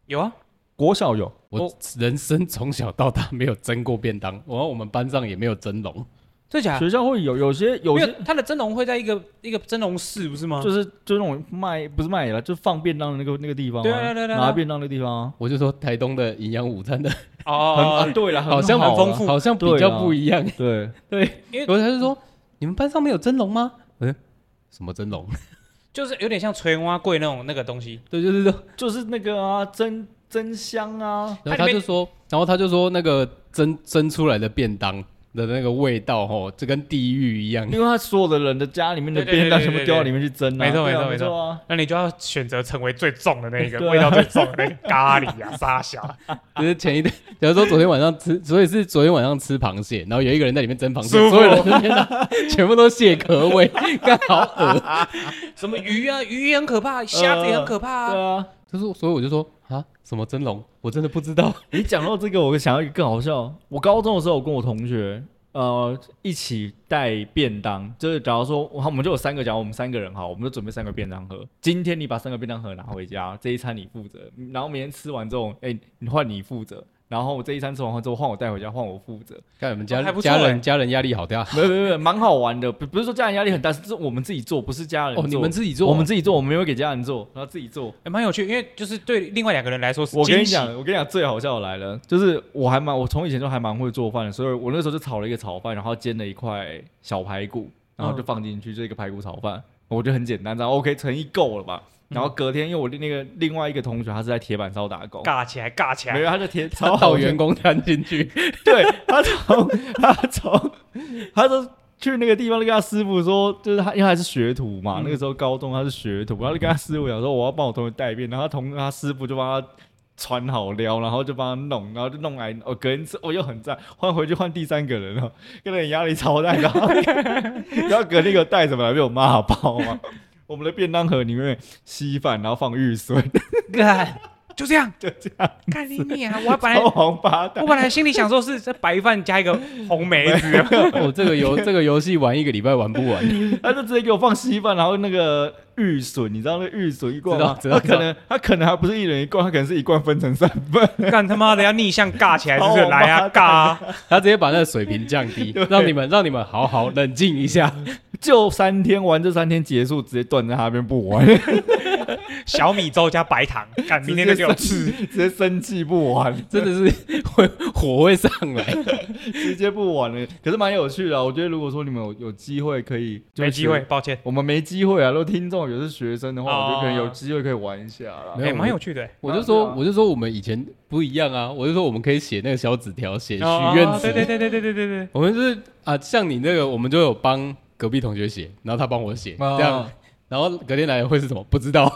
[SPEAKER 3] 有啊，
[SPEAKER 2] 国小有，
[SPEAKER 1] 我人生从小到大没有蒸过便当，然后我们班上也没有蒸笼，
[SPEAKER 3] 真假？
[SPEAKER 2] 学校会有有些啊有
[SPEAKER 3] 没
[SPEAKER 2] 些
[SPEAKER 3] 有，它的蒸笼会在一个一个蒸笼室，不是吗？
[SPEAKER 2] 就是就那种卖不是卖了，就放便当的那个那个地方、啊，
[SPEAKER 3] 对啊对啊对啊对啊
[SPEAKER 2] 拿便当的地方、啊。
[SPEAKER 1] 我就说台东的营养午餐的
[SPEAKER 2] 很
[SPEAKER 3] 哦
[SPEAKER 2] 啊，，对了，
[SPEAKER 1] 好像
[SPEAKER 2] 很
[SPEAKER 3] 很丰富
[SPEAKER 1] 好像比
[SPEAKER 2] 对
[SPEAKER 1] 较
[SPEAKER 2] 啊
[SPEAKER 1] 不一 [LAUGHS] 样。
[SPEAKER 2] 对，
[SPEAKER 1] 对，
[SPEAKER 3] 因为
[SPEAKER 1] 然后他就说你们班上没有蒸笼吗？嗯，什么蒸笼？
[SPEAKER 3] 就是有点像垂蛙柜那种那个东西。
[SPEAKER 1] [LAUGHS] 对，就是说
[SPEAKER 2] 就是那个啊，蒸蒸香啊，
[SPEAKER 1] 然后
[SPEAKER 3] 它里
[SPEAKER 1] 他
[SPEAKER 3] 面
[SPEAKER 1] 就说，然后他就说那个蒸蒸出来的便当的那个味道，吼，就跟地狱 [LAUGHS] 一样。
[SPEAKER 2] 因为他所有的人的家里面的
[SPEAKER 3] 对对对
[SPEAKER 2] 便当
[SPEAKER 3] 对
[SPEAKER 2] 全部
[SPEAKER 3] 对
[SPEAKER 2] 丢到
[SPEAKER 3] 对
[SPEAKER 2] 里面去蒸啊，
[SPEAKER 3] 没错
[SPEAKER 2] 对啊
[SPEAKER 3] 没错没错
[SPEAKER 2] 啊。
[SPEAKER 3] 那你就要选择成为最重的那一个，
[SPEAKER 2] 对啊
[SPEAKER 3] 味道最重的那个咖喱啊、沙小啊，
[SPEAKER 1] 就是前一天，假如说昨天晚上吃，所以是昨天晚上吃螃蟹，然后有一个人在里面蒸螃蟹，
[SPEAKER 3] 舒服
[SPEAKER 1] 所有人就觉得全部都蟹壳味， [LAUGHS] 刚好恶。
[SPEAKER 3] [LAUGHS] 什么鱼啊，鱼也很可怕，虾子也很可怕啊。
[SPEAKER 2] 对啊，
[SPEAKER 1] 就是所以我就说啊，什么蒸笼，我真的不知道。
[SPEAKER 2] 你讲到这个，我想到一个更好笑。我高中的时候，我跟我同学呃一起带便当，就是假如说我我们就有三个，假如我们三个人哈，我们就准备三个便当盒。今天你把三个便当盒拿回家，这一餐你负责，然后明天吃完之后，哎、你换你负责。然后我这一餐吃完后之后换我带回家，换我负责，
[SPEAKER 1] 看你们
[SPEAKER 3] 还
[SPEAKER 1] 家
[SPEAKER 3] 不错
[SPEAKER 1] 家人
[SPEAKER 3] 欸
[SPEAKER 1] 家人压力好大
[SPEAKER 2] 没有没有没有，蛮好玩的，不不是说家人压力很大，是我们自己做，不是家人
[SPEAKER 1] 哦，你们自己做，
[SPEAKER 2] 我们自己做，我们没有给家人做，然后自己做。
[SPEAKER 3] 也哎蛮有趣，因为就是对另外两个人来说是
[SPEAKER 2] 我跟你
[SPEAKER 3] 惊喜
[SPEAKER 2] 讲，，我跟你讲最好笑的来了，就是我还蛮，我从以前就还蛮会做饭的，所以我那时候就炒了一个炒饭，然后煎了一块小排骨，然后就放进去，就一个排骨炒饭，我觉得很简单，然后 OK 诚意够了吧？然后隔天，因为我那个另外一个同学他是在铁板烧打工，
[SPEAKER 3] 尬起来，尬起
[SPEAKER 2] 没
[SPEAKER 3] 来，
[SPEAKER 2] 有他在铁
[SPEAKER 1] 他
[SPEAKER 2] 超
[SPEAKER 1] 到
[SPEAKER 2] 好
[SPEAKER 1] 员工餐进去，
[SPEAKER 2] [LAUGHS] 对他从他从他就去那个地方就跟他师傅说，就是他因为他是学徒嘛，
[SPEAKER 3] 嗯
[SPEAKER 2] 那个时候高中他是学徒，他就跟他师傅讲说我要帮我同学带便，然后他同他师傅就帮他。穿好料，然后就帮他弄，然后就弄来。哦，隔天吃，我、又很赞，换回去换第三个人了，跟人压力超大。然后然后隔天有带什么来被我骂爆嘛？我们的便当盒里面稀饭，然后放玉笋， [LAUGHS]
[SPEAKER 3] 干，就这样，
[SPEAKER 2] 就这样，
[SPEAKER 3] 干你娘！我本来
[SPEAKER 2] 超王八蛋。
[SPEAKER 3] 我本来心里想说是这白饭加一个红梅子，
[SPEAKER 1] 哦，这个游这个游戏玩一个礼拜玩不完，
[SPEAKER 2] 他就直接给我放稀饭，然后那个玉笋，你知道那个玉笋一罐吗？
[SPEAKER 1] 知道
[SPEAKER 2] 他
[SPEAKER 1] 知道
[SPEAKER 2] 可能他可能还不是一人一罐，他可能是一罐分成三份。
[SPEAKER 3] [LAUGHS] 干他妈的要逆向尬起来，是不
[SPEAKER 2] 好
[SPEAKER 3] 是？
[SPEAKER 2] 王八蛋
[SPEAKER 3] 来啊，尬啊！
[SPEAKER 1] 他直接把那个水平降低，让你们让你们好好冷静一下。
[SPEAKER 2] 就三天玩，这三天结束，直接断在那边不玩，
[SPEAKER 3] 小米粥加白糖，干明天就给我吃。
[SPEAKER 2] 直接生气不玩，
[SPEAKER 1] 真的是会火会上来。
[SPEAKER 2] 直接不玩了。可是蛮有趣的、啊，我觉得如果说你们有有机会可以，就是
[SPEAKER 3] 没机会，
[SPEAKER 2] 学，
[SPEAKER 3] 抱歉。
[SPEAKER 2] 我们没机会啊。如果听众有是学生的话，我觉得可能有机会可以玩一下啦
[SPEAKER 1] 没。有
[SPEAKER 3] 哎，蛮
[SPEAKER 1] 我
[SPEAKER 3] 有趣的欸。
[SPEAKER 1] 我就说
[SPEAKER 2] 对啊，
[SPEAKER 1] 我就说我们以前不一样啊，我就说我们可以写那个小纸条，写许
[SPEAKER 3] 哦
[SPEAKER 1] 愿词。
[SPEAKER 3] 对对对对对对对
[SPEAKER 1] [LAUGHS]
[SPEAKER 3] 对。
[SPEAKER 1] 我们就是啊，像你那个，我们就有帮隔壁同学写，然后他帮我写，
[SPEAKER 2] 啊
[SPEAKER 1] 这样，然后隔天来的会是什么不知道，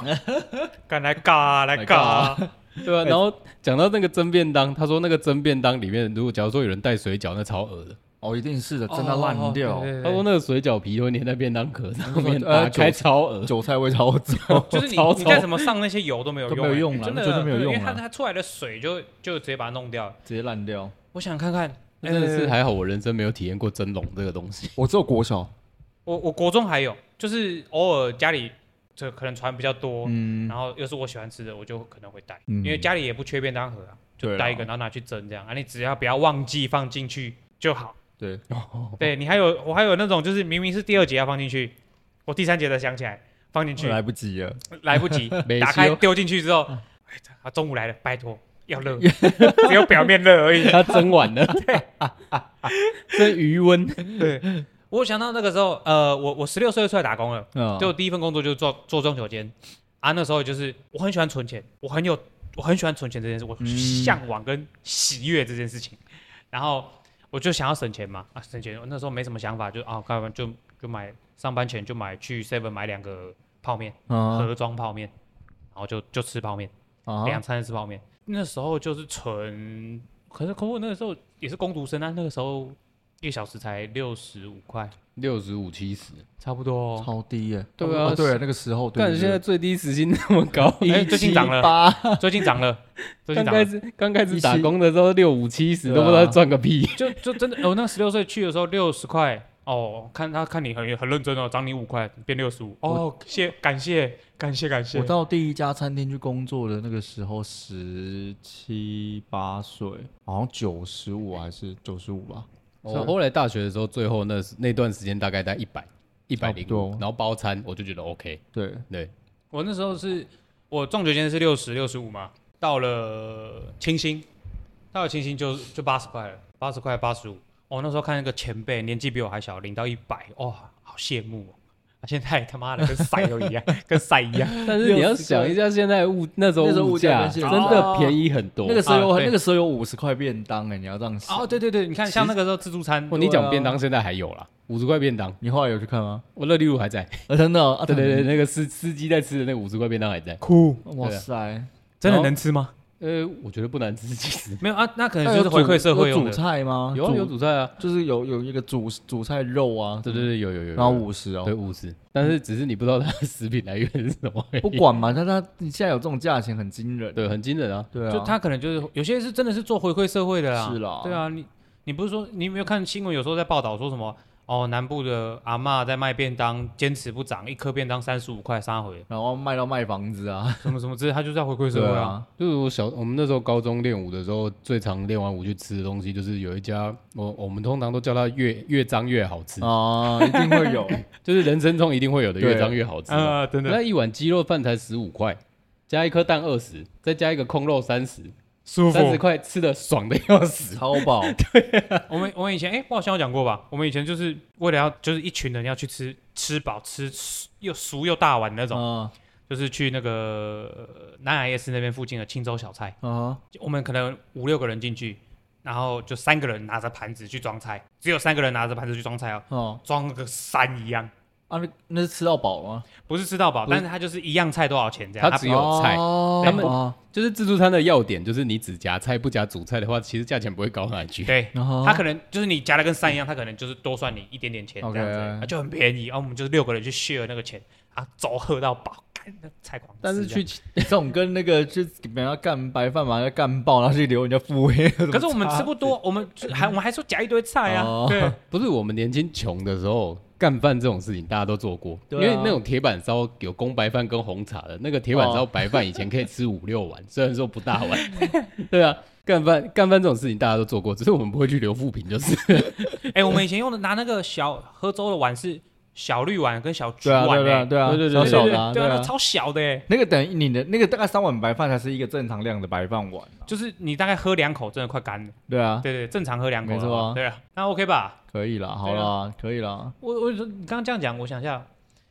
[SPEAKER 3] 敢来尬啊来尬啊，
[SPEAKER 1] 对吧、然后讲到那个蒸便当，他说那个蒸便当里面，如果假如说有人带水饺，那超恶的。
[SPEAKER 2] 哦，一定是的， [LAUGHS] 真的
[SPEAKER 3] 哦
[SPEAKER 2] 烂掉，
[SPEAKER 3] 对对
[SPEAKER 1] 他
[SPEAKER 3] 对
[SPEAKER 1] 说那个水饺皮会粘在便当壳上面，
[SPEAKER 2] 呃
[SPEAKER 1] 打开
[SPEAKER 2] 韭
[SPEAKER 1] 超恶。
[SPEAKER 2] 韭菜味超重。
[SPEAKER 3] 就是你
[SPEAKER 1] 超
[SPEAKER 3] 你再
[SPEAKER 1] 超
[SPEAKER 3] 怎么上那些油都没有
[SPEAKER 2] 都
[SPEAKER 3] 用欸，
[SPEAKER 2] 没有用啦
[SPEAKER 3] 真
[SPEAKER 2] 那
[SPEAKER 3] 的
[SPEAKER 2] 绝对没有
[SPEAKER 3] 对
[SPEAKER 2] 用
[SPEAKER 3] 因为它
[SPEAKER 2] 啦
[SPEAKER 3] 它出来的水就就直接把它弄掉了。
[SPEAKER 2] 直接烂掉，
[SPEAKER 3] 我想看看，
[SPEAKER 1] 那真的是
[SPEAKER 3] 呃
[SPEAKER 1] 还好，我人生没有体验过蒸笼这个东西。
[SPEAKER 2] 我只有国小，
[SPEAKER 3] 我我国中还有，就是偶尔家里这可能传比较多，
[SPEAKER 2] 嗯，
[SPEAKER 3] 然后又是我喜欢吃的，我就可能会带，
[SPEAKER 2] 嗯
[SPEAKER 3] 因为家里也不缺便当盒啊，
[SPEAKER 2] 对
[SPEAKER 3] 就
[SPEAKER 2] 啦
[SPEAKER 3] 带一个，然后拿去蒸这样啊。你只要不要忘记放进去就好。
[SPEAKER 2] 对，
[SPEAKER 1] 哦
[SPEAKER 3] 对你还有我还有那种就是明明是第二节要放进去，我第三节才想起来放进去，
[SPEAKER 2] 来不及了。
[SPEAKER 3] 来不及
[SPEAKER 1] 没哦嗯
[SPEAKER 3] 打开
[SPEAKER 1] 修
[SPEAKER 3] 丢进去之后，哎，啊中午来了，拜托要
[SPEAKER 1] [LAUGHS]
[SPEAKER 3] 热，只有表面热而已。
[SPEAKER 1] [LAUGHS] 他蒸完
[SPEAKER 2] [LAUGHS]
[SPEAKER 1] 了，这余温
[SPEAKER 3] 我想到那个时候，呃，我我十六岁就出来打工了。
[SPEAKER 2] 嗯，
[SPEAKER 3] 就第一份工作就是做做装修间啊，那时候就是我很喜欢存钱，我很有我很喜欢存钱这件事，我
[SPEAKER 2] 嗯
[SPEAKER 3] 向往跟喜悦这件事情，然后我就想要省钱嘛啊省钱，我那时候没什么想法，就啊干嘛就就买上班前就买去 seven 买两个泡面
[SPEAKER 2] 啊
[SPEAKER 3] 盒装泡面，然后就就吃泡面，两
[SPEAKER 2] 啊，
[SPEAKER 3] 餐吃泡面，那时候就是存，可是可我那个时候也是工读生啊，那个时候一个小时才六十五块，
[SPEAKER 1] 六十五七十，
[SPEAKER 3] 差不多、哦。
[SPEAKER 2] 超低耶！
[SPEAKER 1] 对
[SPEAKER 2] 哦
[SPEAKER 1] 啊
[SPEAKER 2] 哦对，那个时候，对
[SPEAKER 1] 但
[SPEAKER 2] 对
[SPEAKER 1] 是
[SPEAKER 2] 对
[SPEAKER 1] 现在最低时薪那么高，
[SPEAKER 3] 哎最近涨了
[SPEAKER 1] 178
[SPEAKER 3] 最近涨了，最
[SPEAKER 1] 刚
[SPEAKER 3] 近涨了
[SPEAKER 1] 开。始刚开始打
[SPEAKER 2] 一七
[SPEAKER 1] 工的时候六五七十
[SPEAKER 2] 对啊
[SPEAKER 1] 都不知道赚个
[SPEAKER 3] [LAUGHS]
[SPEAKER 1] 屁，
[SPEAKER 3] 就就真的，哦我那十六岁去的时候六十块哦，看他看你很很认真哦，涨你五块变六十五哦，谢感谢感谢感谢
[SPEAKER 2] [LAUGHS] 我，到第一家餐厅去工作的那个时候，十七八岁，好像九十五还是九十五吧。
[SPEAKER 1] 我后来大学的时候，最后那时那段时间大概在一百一百
[SPEAKER 2] 差不
[SPEAKER 1] 零
[SPEAKER 2] 多
[SPEAKER 1] 然后包餐，我就觉得 OK。
[SPEAKER 2] 对，
[SPEAKER 1] 对，
[SPEAKER 3] 我那时候是我中学间是六十六十五嘛，到了清新，到了清新就就八十块了，八十块八十五，我、那时候看那个前辈年纪比我还小，领到一百，哇、好羡慕哦，啊现在他妈的跟赛都一样， [LAUGHS] 跟赛一样，
[SPEAKER 1] [LAUGHS] 但是你要想一下现在物那时候
[SPEAKER 2] 那时候
[SPEAKER 1] 物
[SPEAKER 2] 物
[SPEAKER 1] 价
[SPEAKER 2] 价跟现
[SPEAKER 1] 真
[SPEAKER 2] 在
[SPEAKER 1] 的便宜很多。
[SPEAKER 2] 那个时候有
[SPEAKER 3] 啊对
[SPEAKER 2] 那个时候有五十块便当哎，你要这样
[SPEAKER 1] 啊
[SPEAKER 2] 想。
[SPEAKER 3] 哦对对对，你看像那个时候自助餐
[SPEAKER 1] 哦，你
[SPEAKER 2] 对
[SPEAKER 1] 讲
[SPEAKER 2] 啊
[SPEAKER 1] 便当现在还有啦，五十块便当，
[SPEAKER 2] 你后来有去看吗？
[SPEAKER 1] 我乐利路还在。
[SPEAKER 2] 啊，真的哦，啊
[SPEAKER 1] 对 [LAUGHS] 对对，，那个司司机在吃的那五十块便当还在。
[SPEAKER 3] 哭，
[SPEAKER 2] 对哇
[SPEAKER 1] 啊
[SPEAKER 2] 塞，
[SPEAKER 3] 真
[SPEAKER 1] 哦
[SPEAKER 3] 的能吃吗？
[SPEAKER 1] 呃，我觉得不难吃，其实
[SPEAKER 3] 没有啊，那可能
[SPEAKER 2] 那
[SPEAKER 3] 就
[SPEAKER 2] 有
[SPEAKER 3] 是回
[SPEAKER 2] 主
[SPEAKER 3] 馈社会
[SPEAKER 2] 有
[SPEAKER 3] 用
[SPEAKER 2] 主
[SPEAKER 3] 的。
[SPEAKER 2] 菜吗？
[SPEAKER 1] [LAUGHS] 有啊有主菜啊，
[SPEAKER 2] 就是有有一个主主菜肉啊，
[SPEAKER 1] 对对对，有有有有，
[SPEAKER 2] 然后五十哦
[SPEAKER 1] 对，五十，但是只是你不知道它的食品来源是 [LAUGHS] 什么而已，
[SPEAKER 2] [LAUGHS] 不管嘛，但它你现在有这种价钱很惊人。
[SPEAKER 1] 对，很惊人啊。
[SPEAKER 2] 对啊，
[SPEAKER 3] 就他可能就是有些是真的是做回馈社会的啦，啊
[SPEAKER 2] 是啦
[SPEAKER 3] 对啊，你你不是说你有没有看新闻？有时候在报道说什么哦，南部的阿嬷在卖便当，坚持不涨，一颗便当三十五块杀回，
[SPEAKER 2] 然后卖到卖房
[SPEAKER 3] [LAUGHS]
[SPEAKER 2] 子啊，
[SPEAKER 3] 什么什么之类，他就是要回馈社
[SPEAKER 2] 对
[SPEAKER 3] 会啊。
[SPEAKER 2] 啊，
[SPEAKER 1] 就是我小我们那时候高中练舞的时候，最常练完舞去吃的东西，就是有一家我我们通常都叫它越越脏越好吃，
[SPEAKER 2] 啊，一定会有，
[SPEAKER 1] 就是人生中一定会有的
[SPEAKER 2] 对
[SPEAKER 1] 越脏越好吃。
[SPEAKER 3] 啊，真的
[SPEAKER 1] 那一碗鸡肉饭才十五块，加一颗蛋二十，再加一个空肉三十，
[SPEAKER 3] 舒
[SPEAKER 1] 三十块吃的爽的要
[SPEAKER 2] [LAUGHS]
[SPEAKER 1] 死。
[SPEAKER 2] 超饱，
[SPEAKER 3] 我们我们以前哎、我好像有讲过吧？我们以前就是为了要就是一群人要去吃吃饱吃吃又熟又大碗的那种，
[SPEAKER 2] 啊
[SPEAKER 3] 就是去那个呃南海夜市那边附近的青州小菜，
[SPEAKER 2] 啊，
[SPEAKER 3] 我们可能五六个人进去，然后就三个人拿着盘子去装菜，只有三个人拿着盘子去装菜哦，
[SPEAKER 2] 哦，
[SPEAKER 3] 装个山一样，
[SPEAKER 2] 啊，那那是吃到饱吗？
[SPEAKER 3] 不是吃到饱，
[SPEAKER 1] 不是
[SPEAKER 3] 但是它就是一样菜多少钱这样，
[SPEAKER 1] 它只有菜
[SPEAKER 2] 哦
[SPEAKER 1] 他们
[SPEAKER 2] 啊
[SPEAKER 1] 就是自助餐的要点，就是你只夹菜不夹主菜的话，其实价钱不会高到哪里
[SPEAKER 2] [LAUGHS]
[SPEAKER 1] 去。
[SPEAKER 3] 对。
[SPEAKER 2] 啊
[SPEAKER 3] 他可能就是你夹的跟山一样，他可能就是多算你一点点钱这样子
[SPEAKER 2] OK
[SPEAKER 3] 啊就很便宜。然、后我们就是六个人去 share 那个钱啊，走喝到饱，干那菜狂吃
[SPEAKER 1] 但是
[SPEAKER 3] 这样
[SPEAKER 1] 去，
[SPEAKER 2] 这种跟那个就本来要干白饭嘛，要干爆，然后去留人家付 [LAUGHS] 费，
[SPEAKER 3] 可是我们吃不多，我们就还我们还说夹一堆菜啊，
[SPEAKER 2] 哦
[SPEAKER 3] 对，
[SPEAKER 1] 不是我们年轻穷的时候，干饭这种事情大家都做过，
[SPEAKER 2] 对
[SPEAKER 1] 因
[SPEAKER 2] 啊
[SPEAKER 1] 为那种铁板烧有公白饭跟红茶的，那个铁板烧
[SPEAKER 2] 哦
[SPEAKER 1] 白饭以前可以吃五六
[SPEAKER 2] [LAUGHS]
[SPEAKER 1] 碗，虽然说不大碗，对啊。干饭干饭这种事情大家都做过，只是我们不会去留副品，就是
[SPEAKER 3] 哎、我们以前用的拿那个小喝粥的碗是小绿碗跟小橘
[SPEAKER 2] 对啊
[SPEAKER 3] 碗、欸，
[SPEAKER 2] 对啊对啊
[SPEAKER 1] 对对
[SPEAKER 2] 小
[SPEAKER 1] 对
[SPEAKER 2] 小的
[SPEAKER 3] 对
[SPEAKER 2] 啊
[SPEAKER 3] 对
[SPEAKER 2] 对
[SPEAKER 3] 啊，
[SPEAKER 2] 啊
[SPEAKER 3] 那，超小的、欸，
[SPEAKER 2] 那个等于你的那个大概三碗白饭才是一个正常量的白饭碗啊，
[SPEAKER 3] 就是你大概喝两口，真的快干了。
[SPEAKER 2] 对啊，
[SPEAKER 3] 对对，正常喝两口，
[SPEAKER 2] 没错啊
[SPEAKER 3] 对啊，那 OK 吧？
[SPEAKER 2] 可以啦，好
[SPEAKER 3] 对
[SPEAKER 2] 啦，可以啦，
[SPEAKER 3] 我我说你刚刚这样讲，我想一下，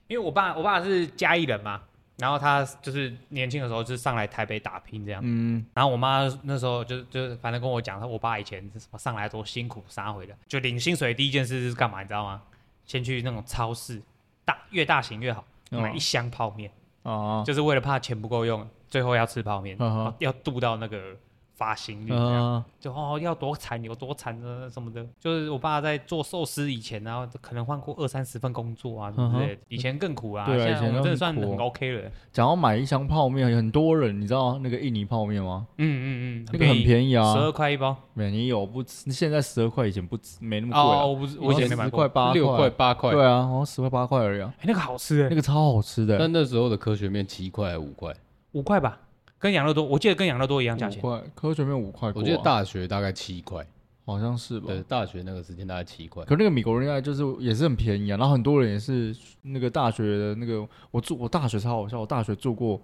[SPEAKER 3] 因为我爸我爸是嘉义人嘛，然后他就是年轻的时候就上来台北打拼这样，
[SPEAKER 2] 嗯，
[SPEAKER 3] 然后我妈那时候就就是反正跟我讲，她我爸以前是什么上来多辛苦杀回的，就领薪水第一件事是干嘛，你知道吗？先去那种超市，大越大型越好，
[SPEAKER 2] 哦
[SPEAKER 3] 买一箱泡面，
[SPEAKER 2] 哦，
[SPEAKER 3] 就是为了怕钱不够用，最后要吃泡面，
[SPEAKER 2] 嗯哼
[SPEAKER 3] 要要度到那个发行率这样，
[SPEAKER 2] 啊，
[SPEAKER 3] 就哦要多惨有多惨的什么的。就是我爸在做寿司以前，然后可能换过二三十份工作啊什么之类的，以前更苦啊，
[SPEAKER 2] 嗯对
[SPEAKER 3] 现在
[SPEAKER 2] 啊以前
[SPEAKER 3] 我们真
[SPEAKER 2] 都
[SPEAKER 3] 的
[SPEAKER 2] 很
[SPEAKER 3] 算
[SPEAKER 2] 苦
[SPEAKER 3] 很
[SPEAKER 2] 哦
[SPEAKER 3] OK 了。
[SPEAKER 2] 想要买一箱泡面，很多人你知道那个印尼泡面吗？
[SPEAKER 3] 嗯嗯嗯，
[SPEAKER 2] 那个很
[SPEAKER 3] 宜，
[SPEAKER 2] 便宜
[SPEAKER 3] 十二
[SPEAKER 2] 啊，
[SPEAKER 3] 块一包。
[SPEAKER 2] 没你有不？现在十二块以前不没那么贵
[SPEAKER 3] 哦，
[SPEAKER 2] 啊，
[SPEAKER 3] 我不是，我
[SPEAKER 2] 我
[SPEAKER 3] 以前没买
[SPEAKER 2] 十
[SPEAKER 3] 过。
[SPEAKER 2] 块八
[SPEAKER 1] 六块八块，
[SPEAKER 2] 对啊，好像十块八块而已啊，
[SPEAKER 3] 哎、那个好吃哎、
[SPEAKER 2] 那个超好吃的，
[SPEAKER 1] 但那时候的科学面七块还五块，
[SPEAKER 3] 五块吧，跟养乐多，我记得跟养乐多一样价
[SPEAKER 2] 五 [LAUGHS]
[SPEAKER 3] 钱。
[SPEAKER 2] 块，科学面五块过啊，
[SPEAKER 1] 我记得大学大概七块，
[SPEAKER 2] 好像是吧？
[SPEAKER 1] 对，大学那个时间大概七块。
[SPEAKER 2] 可那个米国人爱就是也是很便宜啊，然后很多人也是那个大学的那个，我住我大学超好笑，我大学住过，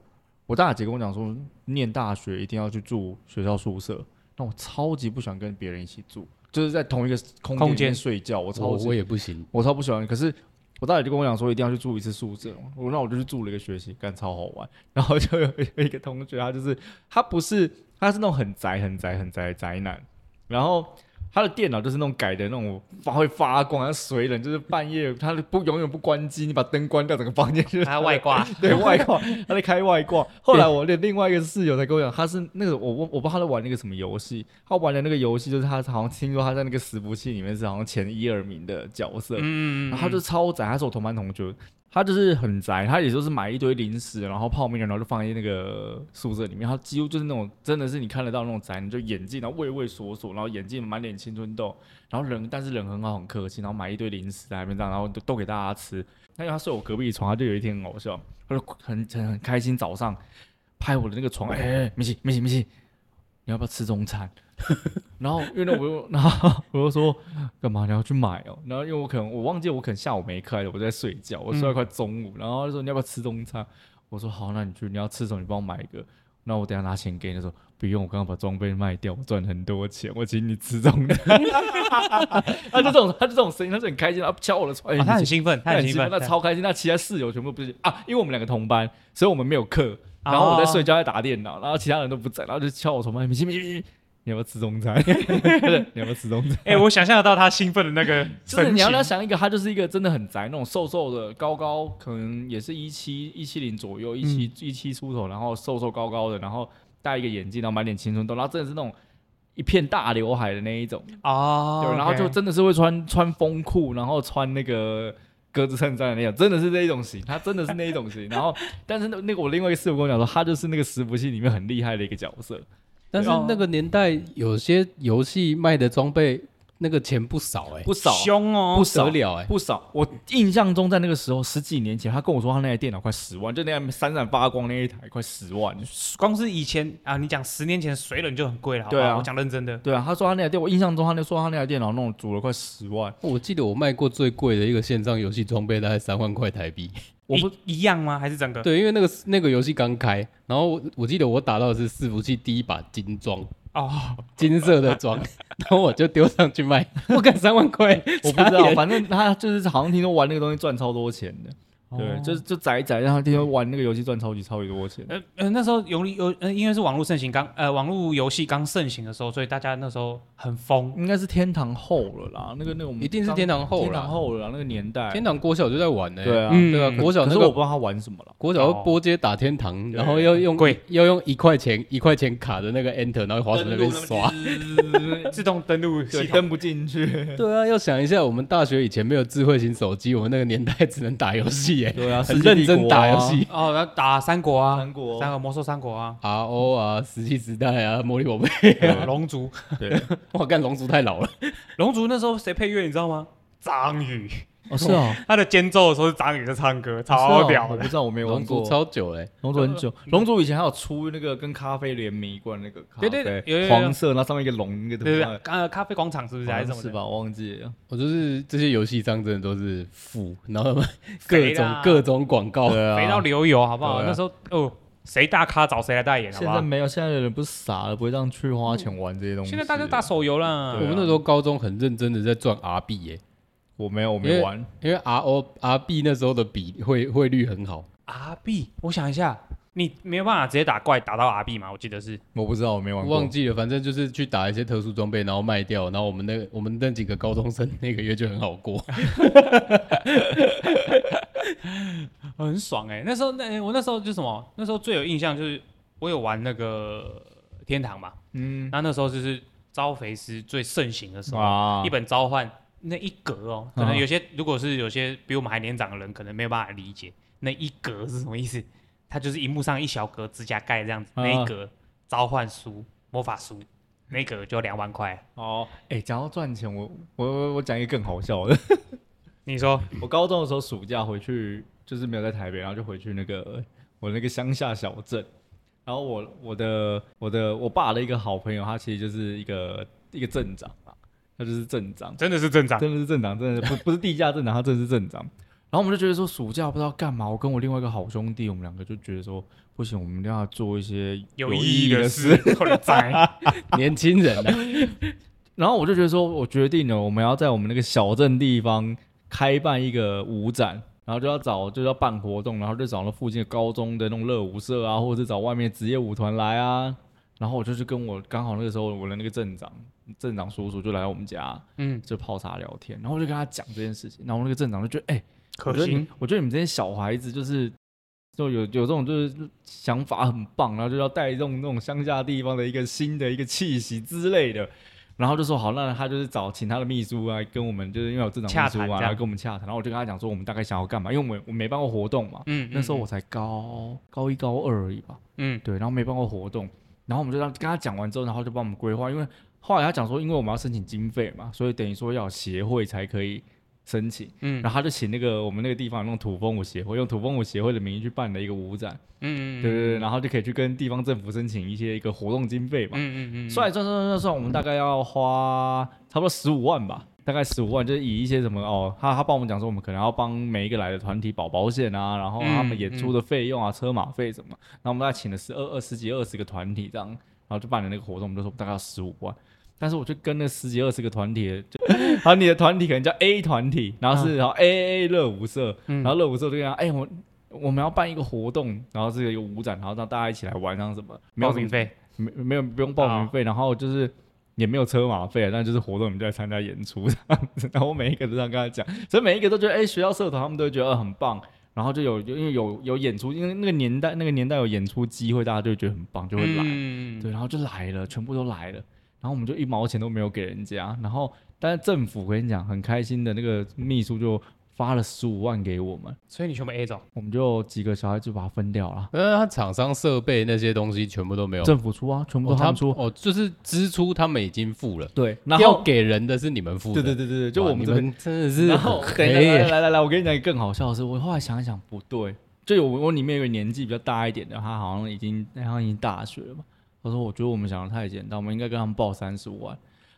[SPEAKER 2] 我大姐跟我讲说，念大学一定要去住学校宿舍，那我超级不喜欢跟别人一起住，就是在同一个空间
[SPEAKER 3] 空
[SPEAKER 2] 里面
[SPEAKER 3] 间
[SPEAKER 2] 睡觉，我超
[SPEAKER 1] 哦我
[SPEAKER 2] 级
[SPEAKER 1] 我也不行，
[SPEAKER 2] 我超不喜欢。可是我大姐就跟我讲说，一定要去住一次宿舍。我那我就去住了一个学期，干超好玩。然后就有有一个同学，他就是他不是他是那种很宅、很宅、很宅的宅男，然后。他的电脑就是那种改的那种发会发光，它水冷，就是半夜他不永远不关机，你把灯关掉，整个房间就是
[SPEAKER 3] 它外
[SPEAKER 2] [LAUGHS]
[SPEAKER 3] 挂，
[SPEAKER 2] 对外挂，他在开外挂。后来我的另外一个室友才跟我讲，他是那个我我我不知道他在玩那个什么游戏，他玩的那个游戏就是他好像听说他在那个伺服器里面是好像前一二名的角色，
[SPEAKER 3] 嗯，
[SPEAKER 2] 然后他就超宅，他是我同班同学，他就是很宅，他也就是买一堆零食，然后泡面，然后就放在那个宿舍里面，他几乎就是那种真的是你看得到那种宅，你就眼镜然后畏畏缩缩，然后眼镜满脸青春痘，然后人但是人很好很客气，然后买一堆零食在那边这样，然后都都给大家吃。那因为他睡我隔壁床，他就有一天很搞笑，他就很很很开心早上拍我的那个床，哎、哎哎米奇米奇米奇，你要不要吃中餐？ [LAUGHS] 然后因为那我又， [LAUGHS] 然后我又说干嘛你要去买哦？然后因为我可能我忘记我可能下午没课，还是我在睡觉，我睡到快中午，然后他就说你要不要吃中餐？我说好，那你去，你要吃什么？你帮我买一个。那我等一下拿钱给你。他说不用，我刚刚把装备卖掉，我赚很多钱，我请你吃中 [LAUGHS] 餐。他就这种，他就这种声音，他就很开心，他敲我的床，哎
[SPEAKER 3] 哦他
[SPEAKER 2] 你
[SPEAKER 3] 很兴奋，他
[SPEAKER 2] 那
[SPEAKER 3] 很
[SPEAKER 2] 很
[SPEAKER 3] 兴
[SPEAKER 2] 兴
[SPEAKER 3] 奋，
[SPEAKER 2] 奋，那超开心。那其他室友全部不是啊，因为我们两个同班，所以我们没有课，
[SPEAKER 3] 哦
[SPEAKER 2] 然后我在睡觉在打电脑，然后其他人都不在，然后就敲我床板，米奇米奇米奇，你要不要吃中餐？你要不要吃中餐？
[SPEAKER 3] [LAUGHS] 哎、我想象得到他兴奋的那个
[SPEAKER 2] 就
[SPEAKER 3] 神
[SPEAKER 2] 是
[SPEAKER 3] 情。
[SPEAKER 2] 你要他想一个，他就是一个真的很宅，那种瘦瘦的，高高，可能也是一七一七零左右，一七一七出头，然后瘦瘦高高的，然后戴一个眼镜，然后满脸青春痘，然后真的是那种一片大刘海的那一种。
[SPEAKER 3] 哦
[SPEAKER 2] 对，然后就
[SPEAKER 3] OK
[SPEAKER 2] 真的是会穿穿风裤，然后穿那个格子衬衫的那种，真的是那一种型，他真的是那一种型。然后，但是那那个我另外一个室友跟我讲说，他就是那个伺服器里面很厉害的一个角色，
[SPEAKER 1] 但是
[SPEAKER 3] 哦
[SPEAKER 1] 那个年代有些游戏卖的装备那个钱不少哎、
[SPEAKER 2] 不
[SPEAKER 3] [LAUGHS]
[SPEAKER 2] 少
[SPEAKER 3] 凶哦，
[SPEAKER 2] 不
[SPEAKER 1] 得
[SPEAKER 2] 少
[SPEAKER 1] 了哎、
[SPEAKER 2] 不少。我印象中在那个时候十几年前，他跟我说他那台电脑快十万，就那台闪闪发光那一台快十万。
[SPEAKER 3] 光是以前啊，你讲十年前水冷就很贵了，好不好
[SPEAKER 2] 对啊
[SPEAKER 3] 我讲认真的，
[SPEAKER 2] 对啊，他说他那台电，我印象中他那说他那台电脑弄足了快十万，
[SPEAKER 1] 我记得我卖过最贵的一个线上游戏装备大概三万块台币。
[SPEAKER 2] 我不
[SPEAKER 3] 一一样吗？还是
[SPEAKER 2] 啊
[SPEAKER 3] 整个？
[SPEAKER 1] 对，因为那个那个游戏刚开，然后我我记得我打到的是伺服器第一把金装，
[SPEAKER 3] 哦，
[SPEAKER 1] 金色的
[SPEAKER 2] [LAUGHS]
[SPEAKER 1] 装，然后我就丢上去卖，我敢三万块，
[SPEAKER 2] 我不知
[SPEAKER 1] 傻
[SPEAKER 3] [LAUGHS]
[SPEAKER 2] 道，
[SPEAKER 1] 眼
[SPEAKER 2] 反正他就是好像听说玩那个东西赚超多钱的。
[SPEAKER 3] 哦
[SPEAKER 2] 对，就是就宅一宅，然后听说玩那个游戏赚超级超级多钱。
[SPEAKER 3] 呃呃，那时候有有呃，因为是网络盛行刚呃网络游戏刚盛行的时候，所以大家那时候很
[SPEAKER 2] [LAUGHS]
[SPEAKER 3] 疯。
[SPEAKER 2] 应该是天堂后了啦，那个那种
[SPEAKER 1] 一定是天堂后
[SPEAKER 2] 天堂
[SPEAKER 1] 了。
[SPEAKER 2] 后了啦那个年代。
[SPEAKER 1] 天堂国小就在玩呢、
[SPEAKER 2] 对啊，
[SPEAKER 3] 嗯
[SPEAKER 1] 对啊，国小
[SPEAKER 2] 可
[SPEAKER 1] 那
[SPEAKER 2] 是我
[SPEAKER 1] 个
[SPEAKER 2] 不知道他玩什么了。
[SPEAKER 1] 国小要拨接打天堂，然后要用
[SPEAKER 3] 贵
[SPEAKER 1] 要用一块钱一块钱卡着那个 Enter，然后滑鼠那边 [LAUGHS] 刷。
[SPEAKER 3] 自动登录系
[SPEAKER 2] 对，
[SPEAKER 3] 统，
[SPEAKER 2] 跟不进去。
[SPEAKER 1] 对啊，要想一下，我们大学以前没有智慧型手机，我们那个年代只能打游戏
[SPEAKER 2] [LAUGHS]
[SPEAKER 1] 耶，
[SPEAKER 2] 对啊，
[SPEAKER 1] 很
[SPEAKER 2] 世界
[SPEAKER 1] 认
[SPEAKER 2] 帝国
[SPEAKER 1] 真打游
[SPEAKER 2] 啊，
[SPEAKER 1] 戏。
[SPEAKER 3] [LAUGHS] 哦，然后打三国啊，
[SPEAKER 2] 韩国
[SPEAKER 3] 三国魔兽三国
[SPEAKER 1] [LAUGHS]
[SPEAKER 3] 啊，
[SPEAKER 1] R O 啊，石器时代啊，魔力宝贝，
[SPEAKER 3] 呃龙族，
[SPEAKER 2] 对，
[SPEAKER 1] 哇，干龙族太老了，
[SPEAKER 3] 龙族那时候谁配乐你知道吗？张宇，
[SPEAKER 2] [LAUGHS] 哦是哦，
[SPEAKER 3] 他的间奏的时候是张宇在唱歌，
[SPEAKER 2] 是
[SPEAKER 3] 超
[SPEAKER 2] 哦
[SPEAKER 3] 屌
[SPEAKER 2] 我不
[SPEAKER 3] 的。
[SPEAKER 2] 知道，我没有玩
[SPEAKER 1] 龙族
[SPEAKER 2] 过。
[SPEAKER 1] 超久嘞，
[SPEAKER 2] 龙族很久，龙族以前还有出那个跟咖啡联名一罐那个咖
[SPEAKER 3] 对对对有有
[SPEAKER 2] 啡，
[SPEAKER 3] 有
[SPEAKER 2] 黄色，然后上面一个龙那个
[SPEAKER 3] 对对
[SPEAKER 2] 图
[SPEAKER 3] 对
[SPEAKER 2] 案，，
[SPEAKER 3] 呃，咖啡广场是不是还是什
[SPEAKER 2] 好像
[SPEAKER 3] 么
[SPEAKER 2] 是
[SPEAKER 3] 的？
[SPEAKER 2] 吧？我忘记了。
[SPEAKER 1] 我就是这些游戏商真的都是负，然后各
[SPEAKER 3] 肥
[SPEAKER 1] 种
[SPEAKER 3] 啦
[SPEAKER 1] [LAUGHS] 各种广告，
[SPEAKER 2] 对啊
[SPEAKER 3] 肥到流油好不好？
[SPEAKER 1] 对啊
[SPEAKER 3] 那时候哦，谁大咖找谁来代言好
[SPEAKER 2] 现
[SPEAKER 3] 不
[SPEAKER 2] 在
[SPEAKER 3] 好？
[SPEAKER 2] 没有，现在的人不是傻了，不会让去花钱玩这些东西。
[SPEAKER 3] 现在大家打，手游啦
[SPEAKER 1] 我，们那时候高中很认真的在赚 R 币耶，
[SPEAKER 2] 我没有，我
[SPEAKER 1] 因
[SPEAKER 2] 没
[SPEAKER 1] 为
[SPEAKER 2] 玩。
[SPEAKER 1] 因为 R O R 币那时候的比汇汇率很好，
[SPEAKER 3] R B，我想一下，你没有办法直接打怪打到 R B 嘛？我记得是
[SPEAKER 2] 我不知道，我没玩过。
[SPEAKER 1] 忘记了，反正就是去打一些特殊装备，然后卖掉，然后我们那个我们那几个高中生那个月就很好
[SPEAKER 2] [LAUGHS]
[SPEAKER 1] 过。
[SPEAKER 3] 很爽哎、那时候那、哎我那时候就什么？那时候最有印象就是我有玩那个天堂嘛，
[SPEAKER 2] 嗯
[SPEAKER 3] 那那时候就是招肥师最盛行的时候，
[SPEAKER 2] 啊
[SPEAKER 3] 一，本召唤那一格哦，可能
[SPEAKER 2] 啊
[SPEAKER 3] 有些、如果是有些比我们还年长的人，可能没有办法理解那一格是什么意思。它就是荧幕上一小格指甲盖这样子，
[SPEAKER 2] 啊
[SPEAKER 3] 那一格召唤书、魔法书，那一格就两万块。
[SPEAKER 2] 哦，哎，讲到赚钱，我我我我讲一个更好笑的。 [LAUGHS]
[SPEAKER 3] 你说
[SPEAKER 2] 我高中的时候暑假回去，就是没有在台北，然后就回去那个我那个乡下小镇。然后我我的我的我爸的一个好朋友，他其实就是一个一个镇长啊，他就是镇长，
[SPEAKER 3] 真的是正常？
[SPEAKER 2] 真的是镇长，真的是不不是地下镇长，他真的是镇长。然后我们就觉得说暑假不知道干嘛，我跟我另外一个好兄弟，我们两个就觉得说不行，我们一定要做一些
[SPEAKER 3] 有
[SPEAKER 2] 意
[SPEAKER 3] 意义的事，我的灾。 [LAUGHS]
[SPEAKER 1] 年轻人啊，
[SPEAKER 2] 然后我就觉得说，我决定了，我们要在我们那个小镇地方开办一个舞展，然后就要找就要办活动，然后就找了附近的高中的那种热舞社啊，或者是找外面的职业舞团来啊。然后我就去跟我刚好那个时候我的那个镇长镇长叔叔就来我们家，
[SPEAKER 3] 嗯，
[SPEAKER 2] 就泡茶聊天，然后我就跟他讲这件事情，然后那个镇长就觉得，哎、我
[SPEAKER 3] 可
[SPEAKER 2] 觉得
[SPEAKER 3] 行
[SPEAKER 2] 你，我觉得你们这些小孩子就是。就有有这种就是想法很棒，然后就要带动那种乡下地方的一个新的一个气息之类的，然后就说好，那他就是找请他的秘书来跟我们，就是因为有镇长秘书
[SPEAKER 3] 洽谈这
[SPEAKER 2] 啊，
[SPEAKER 3] 样
[SPEAKER 2] 然后跟我们洽谈，然后我就跟他讲说我们大概想要干嘛，因为我们我没办过活动嘛，
[SPEAKER 3] 嗯，
[SPEAKER 2] 那时候
[SPEAKER 3] 嗯
[SPEAKER 2] 我才高高一高二而已吧，
[SPEAKER 3] 嗯，
[SPEAKER 2] 对，然后没办过活动，然后我们就让跟他讲完之后，然后就帮我们规划，因为后来他讲说，因为我们要申请经费嘛，所以等于说要有协会才可以申请，
[SPEAKER 3] 嗯
[SPEAKER 2] 然后他就请那个我们那个地方弄土风舞协会，用土风舞协会的名义去办了一个舞展，
[SPEAKER 3] 嗯嗯，
[SPEAKER 2] 对对对，然后就可以去跟地方政府申请一些一个活动经费嘛，
[SPEAKER 3] 嗯嗯嗯，
[SPEAKER 2] 算一算算算算算，我们大概要花差不多十五万吧，大概十五万，就是以一些什么哦，他他帮我们讲说，我们可能要帮每一个来的团体保保险啊，然后
[SPEAKER 3] 嗯
[SPEAKER 2] 他们演出的费用啊、车马费什么，然后我们大概请了十二二十几二十个团体这样，然后就办了那个活动，我们就说大概要十五万。但是我就跟那十几二十个团体的，就 [LAUGHS] 然后你的团体可能叫 A 团体，然后是然后 A A 热舞社，
[SPEAKER 3] 嗯
[SPEAKER 2] 然后热舞社就跟他，哎、我我们要办一个活动，然后是一个舞展，然后让大家一起来玩，啊像什么没有
[SPEAKER 3] 报
[SPEAKER 2] 什么
[SPEAKER 3] 名费，
[SPEAKER 2] 没没有不用报名费，然后就是也没有车马费，啊但就是活动你们就来参加演出这样子。然后我每一个都这样跟他讲，所以每一个都觉得哎、学校社团他们都会觉得、呃很棒，然后就有因为有有演出，因为那个年代那个年代有演出机会，大家就会觉得很棒，就会来。
[SPEAKER 3] 嗯，
[SPEAKER 2] 对，然后就来了，全部都来了，然后我们就一毛钱都没有给人家，然后但是政府我跟你讲很开心的那个秘书就发了十五万给我们，
[SPEAKER 3] 所以你全部 A 走，
[SPEAKER 2] 我们就几个小孩就把它分掉了，
[SPEAKER 1] 呃，他厂商设备那些东西全部都没有，
[SPEAKER 2] 政府出啊，全部
[SPEAKER 1] 哦
[SPEAKER 2] 都他
[SPEAKER 1] 他
[SPEAKER 2] 们出。
[SPEAKER 1] 哦，就是支出他们已经付了，
[SPEAKER 2] 对，然
[SPEAKER 1] 哦要
[SPEAKER 2] 后
[SPEAKER 1] 给人的是你们付
[SPEAKER 2] 对
[SPEAKER 1] 的，
[SPEAKER 2] 对对对对，就我
[SPEAKER 1] 哇
[SPEAKER 2] 们
[SPEAKER 1] 你
[SPEAKER 2] 这边
[SPEAKER 1] 们真的是啊
[SPEAKER 2] 然后
[SPEAKER 1] 很
[SPEAKER 2] 等一下
[SPEAKER 1] 黑
[SPEAKER 2] 来
[SPEAKER 1] 耶
[SPEAKER 2] 来来来，我跟你讲一个更好笑的事，我后来想一想不对，就有我里面有个年纪比较大一点的，他好像已经哎他好像已经大学了嘛。他说：“我觉得我们想的太简单，我们应该跟他们报三十五万。”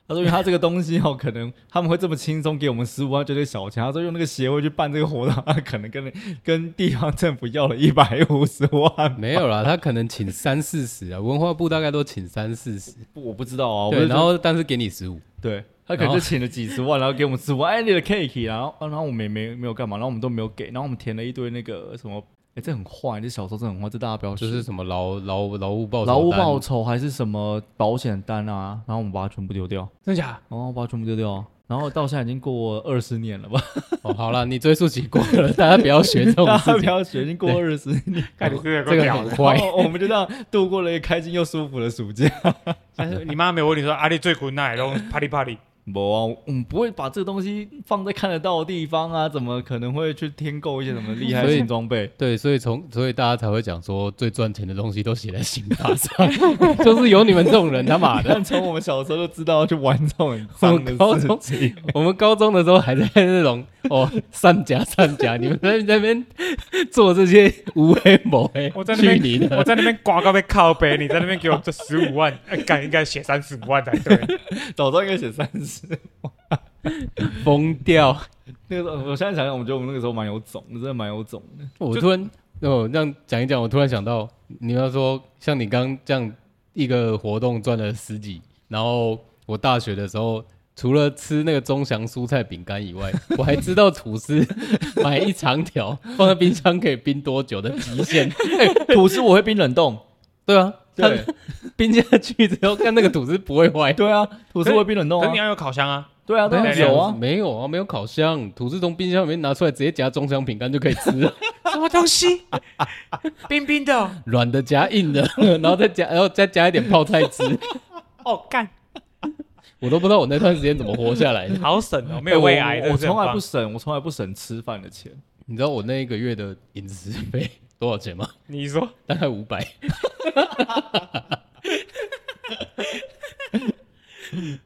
[SPEAKER 2] 他说：“因为他这个东西哦，可能他们会这么轻松给我们十五万，觉得小钱。”他说：“用那个协会去办这个活动，他可能跟跟地方政府要了一百五十万。
[SPEAKER 1] 没有啦，他可能请三四十啊，文化部大概都请三四十，”
[SPEAKER 2] 我不知道啊，我
[SPEAKER 1] 对，
[SPEAKER 2] 就
[SPEAKER 1] 然后但是给你十五，
[SPEAKER 2] 对他可能就请了几十万， [LAUGHS] 然后给我们十万，哎，你的 cake，然后、啊然后我们也没没有干嘛，然后我们都没有给，然后我们填了一堆那个什么，哎，这很坏，这小说真的很坏，这大家不要学
[SPEAKER 1] 就是什么劳劳劳务报酬
[SPEAKER 2] 劳务
[SPEAKER 1] 单
[SPEAKER 2] 报酬还是什么保险单啊，然后我们把它全部丢掉，
[SPEAKER 3] 真假？
[SPEAKER 2] 然后把它全部丢掉啊，然后到现在已经过二十年了吧， [LAUGHS]
[SPEAKER 1] 哦，好了，你追溯期过了，大家不要学这种
[SPEAKER 2] [LAUGHS] 大
[SPEAKER 1] 事
[SPEAKER 2] 家不
[SPEAKER 1] 情，
[SPEAKER 2] 要学，已经过二 [LAUGHS] 十年，
[SPEAKER 3] 看你这
[SPEAKER 1] 这个很坏
[SPEAKER 2] 然。后我们就这样度过了一个开心又舒服的暑假。
[SPEAKER 3] 但是你妈没有问你说阿力最困难，然后 [LAUGHS] 啪里啪里，
[SPEAKER 2] 不啊，我们不会把这个东西放在看得到的地方啊，怎么可能会去添购一些什么厉害
[SPEAKER 1] 所以
[SPEAKER 2] 新装备？
[SPEAKER 1] 对，所以从所以大家才会讲说，最赚钱的东西都写在刑法上， [LAUGHS] 就是有你们这种人他妈的。
[SPEAKER 2] 但从我们小时候就知道去玩这种很
[SPEAKER 1] 我
[SPEAKER 2] 脏
[SPEAKER 1] 们高
[SPEAKER 2] 的事
[SPEAKER 1] 中
[SPEAKER 2] 情，，
[SPEAKER 1] 我们高中的时候还在那种哦上夹上夹，你们在那边做这些无黑某黑，
[SPEAKER 3] 我在那
[SPEAKER 1] 去
[SPEAKER 3] 边
[SPEAKER 1] 你的！
[SPEAKER 3] 我在那边刮到被靠背，你在那边给我这十五 [LAUGHS] 万，哎干应该写三十五万才 [LAUGHS] 对。
[SPEAKER 2] [LAUGHS]
[SPEAKER 3] 啊
[SPEAKER 2] 早知道应该写三十。
[SPEAKER 1] 疯掉！
[SPEAKER 2] 那个时候，我现在想想，我觉得我们那个时候蛮有种的，真的蛮有种的。
[SPEAKER 1] 我突然哦，这样讲一讲，我突然想到，你要说像你刚这样一个活动赚了十几，然后我大学的时候。除了吃那个中祥蔬菜饼干以外， [LAUGHS] 我还知道厨师买一长条放在冰箱可以冰多久的极限。
[SPEAKER 2] 吐司我会冰冷冻，
[SPEAKER 1] 对啊，它
[SPEAKER 2] [LAUGHS] 对
[SPEAKER 1] 冰下去之后，看那个吐司不会坏。
[SPEAKER 2] 对啊，吐司会冰冷冻
[SPEAKER 3] 可是你
[SPEAKER 2] 啊，
[SPEAKER 3] 要有烤箱啊，
[SPEAKER 2] 对啊，当然
[SPEAKER 3] 对
[SPEAKER 2] 有啊。
[SPEAKER 1] 没有啊，没有烤箱，吐司从冰箱里面拿出来，直接夹中香饼干就可以吃 [LAUGHS] 了，
[SPEAKER 3] 什么东西？ [LAUGHS] 冰冰的，
[SPEAKER 1] 软的夹硬的，然后再夹，然后再加一点泡菜汁，
[SPEAKER 3] 哦干，
[SPEAKER 1] 我都不知道我那段时间怎么活下来 [LAUGHS] 的。
[SPEAKER 3] 好省哦，没有胃癌
[SPEAKER 2] 哎
[SPEAKER 3] 的，
[SPEAKER 2] 我我
[SPEAKER 3] 真的
[SPEAKER 2] 从
[SPEAKER 3] 很
[SPEAKER 2] 来
[SPEAKER 3] 棒
[SPEAKER 2] 不省，我从来不省吃饭的钱。
[SPEAKER 1] 你知道我那一个月的饮食费多少钱吗？ [LAUGHS]
[SPEAKER 3] 你说
[SPEAKER 1] 大概五百。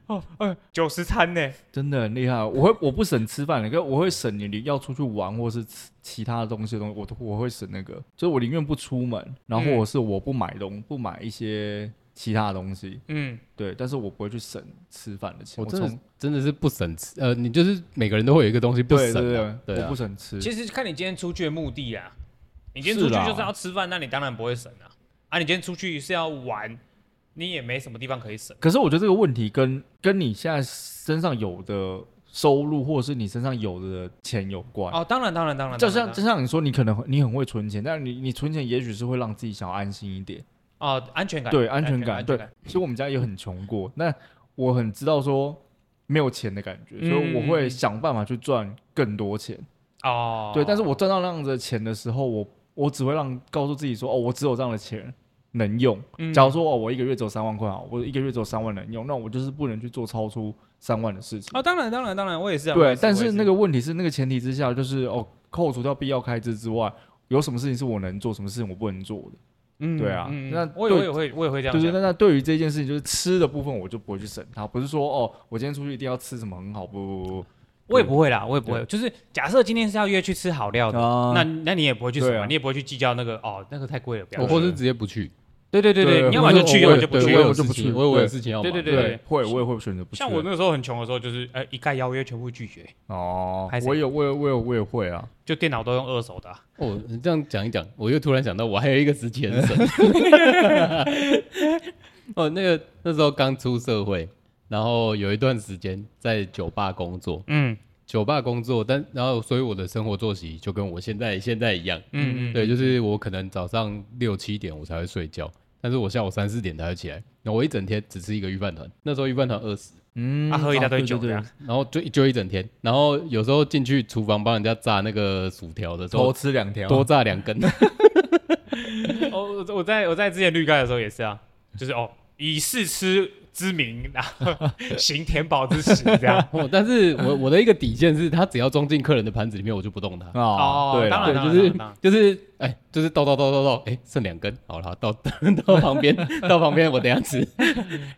[SPEAKER 3] 哦，呃，九十餐呢？
[SPEAKER 2] 真的很厉害，啊我会我不省吃饭的，可我会省你要出去玩或是吃其他的东西的东西，我都我会省那个，就是我宁愿不出门，然
[SPEAKER 3] 嗯
[SPEAKER 2] 后或者是我不买东不买一些其他的东西，
[SPEAKER 3] 嗯，
[SPEAKER 2] 对，但是我不会去省吃饭的钱，
[SPEAKER 1] 我
[SPEAKER 2] 我
[SPEAKER 1] 哦真
[SPEAKER 2] 从
[SPEAKER 1] 的真的是不省吃，呃，你就是每个人都会有一个东西不
[SPEAKER 2] 对
[SPEAKER 1] 省
[SPEAKER 2] 对对
[SPEAKER 1] 啊，对
[SPEAKER 2] 我
[SPEAKER 1] 啊
[SPEAKER 2] 不，省吃。
[SPEAKER 3] 其实看你今天出去的目的啊，你今天出去
[SPEAKER 2] 是啦
[SPEAKER 3] 就是要吃饭，那你当然不会省啊。啊，你今天出去是要玩，你也没什么地方可以省。
[SPEAKER 2] 可是我觉得这个问题跟跟你现在身上有的收入，或者是你身上有的钱有关。
[SPEAKER 3] 哦，当然，当然，当然，
[SPEAKER 2] 就
[SPEAKER 3] 当然
[SPEAKER 2] 像就像你说，你可能你很会存钱，但你你存钱也许是会让自己想要安心一点，
[SPEAKER 3] 哦，安全感，
[SPEAKER 2] 对安全感
[SPEAKER 3] 安
[SPEAKER 2] 对。其实我们家也很穷过，那我很知道说没有钱的感觉，所以我会
[SPEAKER 3] 嗯
[SPEAKER 2] 想办法去赚更多钱。
[SPEAKER 3] 哦，
[SPEAKER 2] 对，但是我赚到那样子的钱的时候，我我只会让告诉自己说，哦，我只有这样的钱能用。
[SPEAKER 3] 嗯
[SPEAKER 2] 假如说哦，我一个月只有三万块好，我一个月只有三万能用，那我就是不能去做超出三万的事情。
[SPEAKER 3] 哦，当然，当然，当然，我也是啊。我
[SPEAKER 2] 对
[SPEAKER 3] 也，
[SPEAKER 2] 但
[SPEAKER 3] 我也
[SPEAKER 2] 是
[SPEAKER 3] 是
[SPEAKER 2] 那个问题是，那个前提之下就是哦，扣除掉必要开支之外，有什么事情是我能做，什么事情我不能做的。
[SPEAKER 3] 嗯
[SPEAKER 2] 对啊
[SPEAKER 3] 嗯嗯
[SPEAKER 2] 那
[SPEAKER 3] 我也
[SPEAKER 2] 对
[SPEAKER 3] 我也会，我也会这样
[SPEAKER 2] 对对，
[SPEAKER 3] 想。
[SPEAKER 2] 那那对于这件事情，就是吃的部分，我就不会去省它，不是说哦，我今天出去一定要吃什么很好，不不不
[SPEAKER 3] 我也不会啦，我也不会。就是假设今天是要约去吃好料
[SPEAKER 2] 不
[SPEAKER 3] 的，
[SPEAKER 2] 啊
[SPEAKER 3] 那那你也不会去什
[SPEAKER 2] 对
[SPEAKER 3] 么，
[SPEAKER 2] 啊
[SPEAKER 3] 你也不会去计较那个哦，那个太贵了，不要
[SPEAKER 1] 我
[SPEAKER 3] 去。
[SPEAKER 1] 或是直接不去，
[SPEAKER 3] 对对对对，
[SPEAKER 2] 对
[SPEAKER 3] 你要么就去，
[SPEAKER 1] 我
[SPEAKER 3] 要么就不
[SPEAKER 1] 对
[SPEAKER 3] 去
[SPEAKER 1] 我。
[SPEAKER 2] 我
[SPEAKER 1] 有
[SPEAKER 2] 就不
[SPEAKER 1] 事
[SPEAKER 2] 去
[SPEAKER 1] 情我有
[SPEAKER 2] 对
[SPEAKER 1] 有事情要忙，
[SPEAKER 3] 对对对
[SPEAKER 2] 对，会我也会选择不去。
[SPEAKER 3] 像我那个时候很穷的时候，就是呃一概邀约全部拒绝，
[SPEAKER 2] 哦
[SPEAKER 3] 还，是
[SPEAKER 2] 我有我有我有我也会啊，
[SPEAKER 3] 就电脑都用二手的啊。
[SPEAKER 1] 哦，你这样讲一讲，我又突然想到，我还有一个时期很
[SPEAKER 3] [LAUGHS]
[SPEAKER 1] 省。哦，那个那时候刚出社会，然后有一段时间在酒吧工作，
[SPEAKER 3] 嗯
[SPEAKER 1] 酒吧工作，但然后所以我的生活作息就跟我现在现在一样，
[SPEAKER 3] 嗯嗯，
[SPEAKER 1] 对，就是我可能早上六七点我才会睡觉，但是我下午三四点才会起来，然后我一整天只吃一个预饭团，那时候预饭团二十，
[SPEAKER 2] 嗯，
[SPEAKER 3] 啊喝一大
[SPEAKER 2] 哦
[SPEAKER 3] 堆
[SPEAKER 2] 对
[SPEAKER 3] 酒
[SPEAKER 2] 对
[SPEAKER 3] 这
[SPEAKER 2] 对
[SPEAKER 3] 样
[SPEAKER 1] 然后就就一整天，然后有时候进去厨房帮人家炸那个薯条的时
[SPEAKER 2] 偷
[SPEAKER 1] 候，
[SPEAKER 2] 吃两条，
[SPEAKER 1] 多炸两根。
[SPEAKER 3] 哦，我我在我在之前绿盖的时候也是啊，就是哦，以试吃之名，然后行填饱之实这
[SPEAKER 2] [LAUGHS]
[SPEAKER 3] 样。
[SPEAKER 1] 哦，但是我我的一个底线是，他只要装进客人的盘子里面，我就不动它。
[SPEAKER 2] 啊，对
[SPEAKER 3] 哦
[SPEAKER 2] 啦
[SPEAKER 3] 当然
[SPEAKER 1] 对
[SPEAKER 3] 当然
[SPEAKER 1] 就是
[SPEAKER 3] 当然
[SPEAKER 1] 就是哎，就是倒倒倒倒倒，哎，剩两根，好了，倒 [LAUGHS] 到旁边，到旁边，我等一下吃。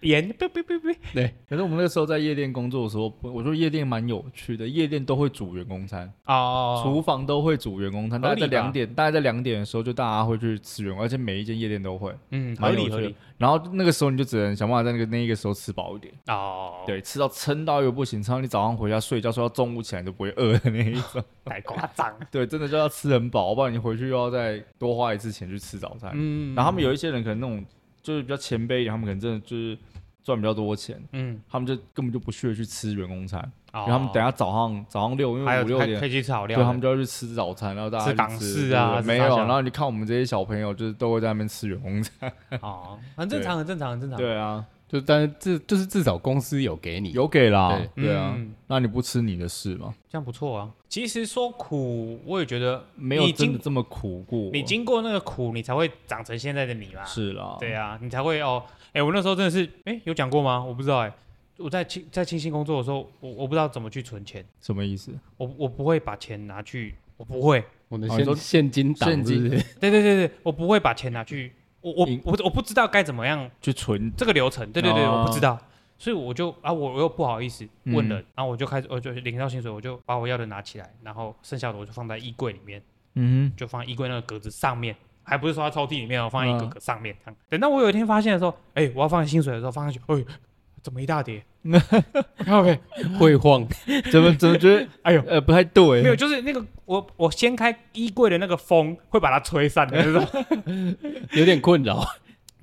[SPEAKER 3] 盐，哔哔哔哔，
[SPEAKER 1] 对，
[SPEAKER 2] 可是我们那个时候在夜店工作的时候，不我觉得夜店蛮有趣的，夜店都会煮员工餐，
[SPEAKER 3] 哦，
[SPEAKER 2] 厨房都会煮员工餐，
[SPEAKER 3] 合
[SPEAKER 2] 大
[SPEAKER 3] 理
[SPEAKER 2] 概在
[SPEAKER 3] 吧
[SPEAKER 2] 两点，大概在两点的时候就大家会去吃员工，而且每一间夜店都会，
[SPEAKER 3] 嗯，合
[SPEAKER 2] 蛮有
[SPEAKER 3] 理
[SPEAKER 2] 趣
[SPEAKER 3] 合
[SPEAKER 2] 的
[SPEAKER 3] 理。
[SPEAKER 2] 然后那个时候你就只能想办法在那个那一个时候吃饱一点，
[SPEAKER 3] 哦，，
[SPEAKER 2] 对，吃到撑到一个不行，撑到你早上回家睡觉，睡到中午起来都不会饿的那一
[SPEAKER 3] [LAUGHS]
[SPEAKER 2] 种。
[SPEAKER 3] 太夸张了。
[SPEAKER 2] 对，真的就要吃很饱，不然你回去又要再多花一次钱去吃早餐。
[SPEAKER 3] 嗯
[SPEAKER 2] 然后他们有一些人可能那种就是比较前辈一点，他们可能真的就是赚比较多钱，
[SPEAKER 3] 嗯，
[SPEAKER 2] 他们就根本就不屑去吃员工餐，
[SPEAKER 3] 然
[SPEAKER 2] 然后他们等下早上早上六因
[SPEAKER 3] 哦还
[SPEAKER 2] 为
[SPEAKER 3] 有
[SPEAKER 2] 五六
[SPEAKER 3] 还
[SPEAKER 2] 点
[SPEAKER 3] 可，以去吃好
[SPEAKER 2] 对
[SPEAKER 3] 料的，
[SPEAKER 2] 他们就要去吃早餐，然后大家
[SPEAKER 3] 吃
[SPEAKER 2] 去
[SPEAKER 3] 港式啊
[SPEAKER 2] 对
[SPEAKER 3] 吃
[SPEAKER 2] 没
[SPEAKER 3] 沙
[SPEAKER 2] 有，
[SPEAKER 3] 县
[SPEAKER 2] 然后你看我们这些小朋友就是都会在那边吃
[SPEAKER 3] [LAUGHS]
[SPEAKER 2] 员工餐，
[SPEAKER 3] 哦，很正常，很正常，很正常。
[SPEAKER 2] 对啊，
[SPEAKER 1] 就但是至就是至少公司有给你，
[SPEAKER 2] 有给啦，
[SPEAKER 3] 对
[SPEAKER 2] 对啊
[SPEAKER 3] 嗯，
[SPEAKER 2] 那你不吃你的事嘛，
[SPEAKER 3] 这样不错啊。其实说苦，我也觉得
[SPEAKER 2] 没有
[SPEAKER 3] 你
[SPEAKER 2] 真的
[SPEAKER 3] 经
[SPEAKER 2] 这么苦啊过，
[SPEAKER 3] 你经过那个苦，你才会长成现在的你嘛。
[SPEAKER 2] 是啦，
[SPEAKER 3] 对啊，你才会哦。哎、我那时候真的是，哎、有讲过吗？我不知道哎、我在清在清新工作的时候，我我不知道怎么去存钱，
[SPEAKER 2] 什么意思？
[SPEAKER 3] 我我不会把钱拿去，我不会。
[SPEAKER 1] 我们
[SPEAKER 2] 哦你
[SPEAKER 1] 现
[SPEAKER 2] 说
[SPEAKER 1] 现金档
[SPEAKER 2] 现
[SPEAKER 1] 是
[SPEAKER 2] 金
[SPEAKER 1] 不是？
[SPEAKER 3] 对对对对，我不会把钱拿去，我我
[SPEAKER 2] 银
[SPEAKER 3] 我我不知道该怎么样 [LAUGHS]
[SPEAKER 2] 去存
[SPEAKER 3] 这个流程，对对对，
[SPEAKER 2] 哦
[SPEAKER 3] 我不知道，所以我就啊，我我又不好意思
[SPEAKER 2] 嗯
[SPEAKER 3] 问人，然后我就开始，我就领到薪水，我就把我要的拿起来，然后剩下的我就放在衣柜里面，
[SPEAKER 2] 嗯
[SPEAKER 3] 就放衣柜那个格子上面，还不是说在抽屉里面哦，放在一个
[SPEAKER 2] 嗯
[SPEAKER 3] 格上面。这样等到我有一天发现的时候，哎、我要放薪水的时候放上去，哎、怎么一大叠？
[SPEAKER 1] 咖啡会晃，
[SPEAKER 2] 哼，怎么怎么
[SPEAKER 3] [LAUGHS]
[SPEAKER 2] 觉得
[SPEAKER 3] 哎呦，
[SPEAKER 2] 呃不太对，
[SPEAKER 3] 没有，就是那个我我掀开衣柜的那个风会把它吹散的那 [LAUGHS] 种。
[SPEAKER 1] 有点困扰。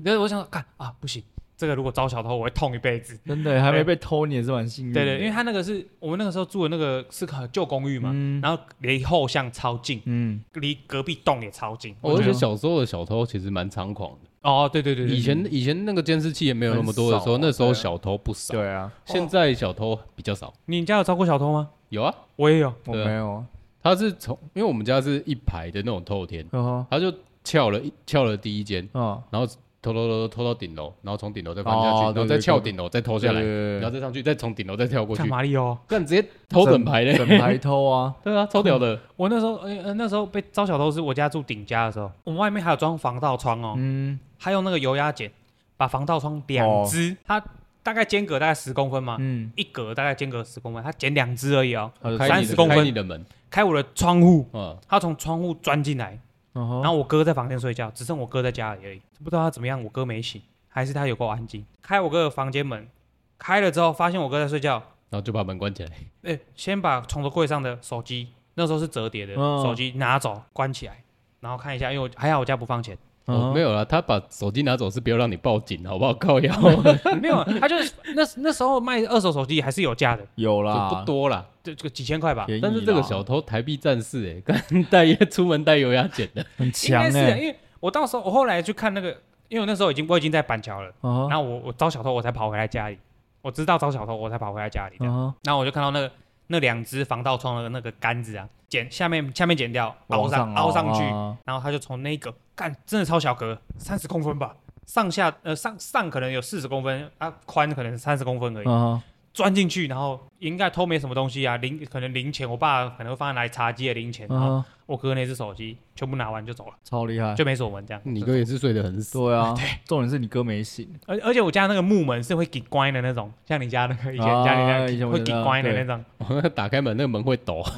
[SPEAKER 3] 但是我想看啊，不行，这个如果招小偷，我会痛一辈子。
[SPEAKER 2] 真的还没被偷，你也是蛮幸运的。
[SPEAKER 3] 对对，因为他那个是我们那个时候住的那个是个旧公寓嘛，
[SPEAKER 2] 嗯
[SPEAKER 3] 然后离后巷超近，
[SPEAKER 2] 嗯，
[SPEAKER 3] 离隔壁栋也超近。
[SPEAKER 1] 我觉
[SPEAKER 2] 觉
[SPEAKER 1] 得
[SPEAKER 2] 得
[SPEAKER 1] 小时候的小偷其实蛮猖狂的。
[SPEAKER 3] 哦，对对对对，
[SPEAKER 1] 以前以前那个监视器也没有那么多的时候，
[SPEAKER 2] 很少啊
[SPEAKER 1] 那时候小偷不少，
[SPEAKER 2] 对啊，
[SPEAKER 1] 现在小偷比较少。
[SPEAKER 3] 你家有招过小偷吗？
[SPEAKER 1] 有啊，
[SPEAKER 3] 我也有。
[SPEAKER 2] 我
[SPEAKER 1] 对啊
[SPEAKER 2] 没有啊，
[SPEAKER 1] 他是从因为我们家是一排的那种透天，
[SPEAKER 3] 啊
[SPEAKER 2] 呵
[SPEAKER 1] 他就撬了一撬了第一间，
[SPEAKER 2] 呵，啊，
[SPEAKER 1] 然后偷偷偷偷偷到顶楼，然后从顶楼再翻下去，
[SPEAKER 2] 哦
[SPEAKER 1] 然后
[SPEAKER 2] 对
[SPEAKER 1] 再
[SPEAKER 2] 对
[SPEAKER 1] 撬
[SPEAKER 2] 对
[SPEAKER 1] 顶楼再偷下来，
[SPEAKER 2] 对
[SPEAKER 1] 然后再上去，再从顶楼再跳过去
[SPEAKER 3] 像，马哦里奥，
[SPEAKER 1] 干直接偷整排的，
[SPEAKER 2] 整排偷
[SPEAKER 3] [LAUGHS]
[SPEAKER 2] 啊，
[SPEAKER 1] 对啊，超屌的。
[SPEAKER 3] 我那时候，呃，呃那时候被招小偷是我家住顶家的时候，我们外面还有装防盗窗哦，
[SPEAKER 2] 嗯，
[SPEAKER 3] 还用那个油压剪把防盗窗两只，它大概间隔大概十公分嘛，
[SPEAKER 2] 哦嗯，
[SPEAKER 3] 一格大概间隔十公分，它剪两只而已哦，
[SPEAKER 2] 他就
[SPEAKER 1] 开
[SPEAKER 3] 三
[SPEAKER 1] 你的
[SPEAKER 3] 十公分
[SPEAKER 1] 开你的门，
[SPEAKER 3] 开我的窗户，
[SPEAKER 1] 嗯，
[SPEAKER 3] 它从窗户钻进来，
[SPEAKER 2] 然
[SPEAKER 3] 然
[SPEAKER 2] 后
[SPEAKER 3] 后我哥在房间睡觉，只剩我哥在家里而已，不知道他怎么样，我哥没醒，还是他有够安静，开我哥的房间门，开了之后发现我哥在睡觉，
[SPEAKER 1] 然后就把门关起来。
[SPEAKER 3] 哎、先把床头柜上的手机，那时候是折叠的，
[SPEAKER 2] 嗯
[SPEAKER 3] 手机拿走，关起来，然后看一下，因为我还好我家不放
[SPEAKER 2] [LAUGHS]
[SPEAKER 3] 钱，
[SPEAKER 2] 嗯
[SPEAKER 1] 哦，没有啦，他把手机拿走是不要让你报警，好不好？靠腰
[SPEAKER 3] 没有，他就是那那时候卖二手手机还是有价的，
[SPEAKER 2] 有啦，
[SPEAKER 1] 就不多啦。
[SPEAKER 3] 这这个几千块吧，
[SPEAKER 2] 便宜啦，
[SPEAKER 1] 但是这个小偷台币战士哎，干带出门带油压剪的，
[SPEAKER 2] 很
[SPEAKER 3] 应
[SPEAKER 2] 强
[SPEAKER 3] 该是啊
[SPEAKER 2] 哎，
[SPEAKER 3] 因为我到时候我后来去看那个，因为我那时候已经我已经在板桥了，
[SPEAKER 2] 啊
[SPEAKER 3] 然后我我招小偷我才跑回来家里，我知道招小偷我才跑回来家里这样，
[SPEAKER 2] 啊，
[SPEAKER 3] 然后我就看到那个那两只防盗窗的那个杆子啊，剪下面下面剪掉，凹
[SPEAKER 2] 往
[SPEAKER 3] 上
[SPEAKER 2] 啊
[SPEAKER 3] 凹上去。
[SPEAKER 2] 啊
[SPEAKER 3] 然后他就从那个干真的超小格，三十公分吧，上下呃上上可能有四十公分啊，宽可能三十公分而已，
[SPEAKER 2] 啊，
[SPEAKER 3] 钻进去，然后应该偷没什么东西啊，零可能零钱，我爸可能会放在哪里茶几的零钱，然后
[SPEAKER 2] 啊，
[SPEAKER 3] 我哥那只手机全部拿完就走了，
[SPEAKER 2] 超厉害，
[SPEAKER 3] 就没锁门这样。
[SPEAKER 1] 你哥也是睡得很死。
[SPEAKER 3] [LAUGHS]
[SPEAKER 2] 对啊，重点是你哥没醒，
[SPEAKER 3] 而而且我家那个木门是会给关的那种，像你家那个以前
[SPEAKER 2] 啊
[SPEAKER 3] 家里那
[SPEAKER 2] 以前
[SPEAKER 3] 个
[SPEAKER 2] 我
[SPEAKER 3] 会
[SPEAKER 2] 知
[SPEAKER 3] 给
[SPEAKER 2] 道
[SPEAKER 3] 关的
[SPEAKER 2] 对
[SPEAKER 3] 那种，
[SPEAKER 1] [LAUGHS] 打开门那个门会抖， [LAUGHS]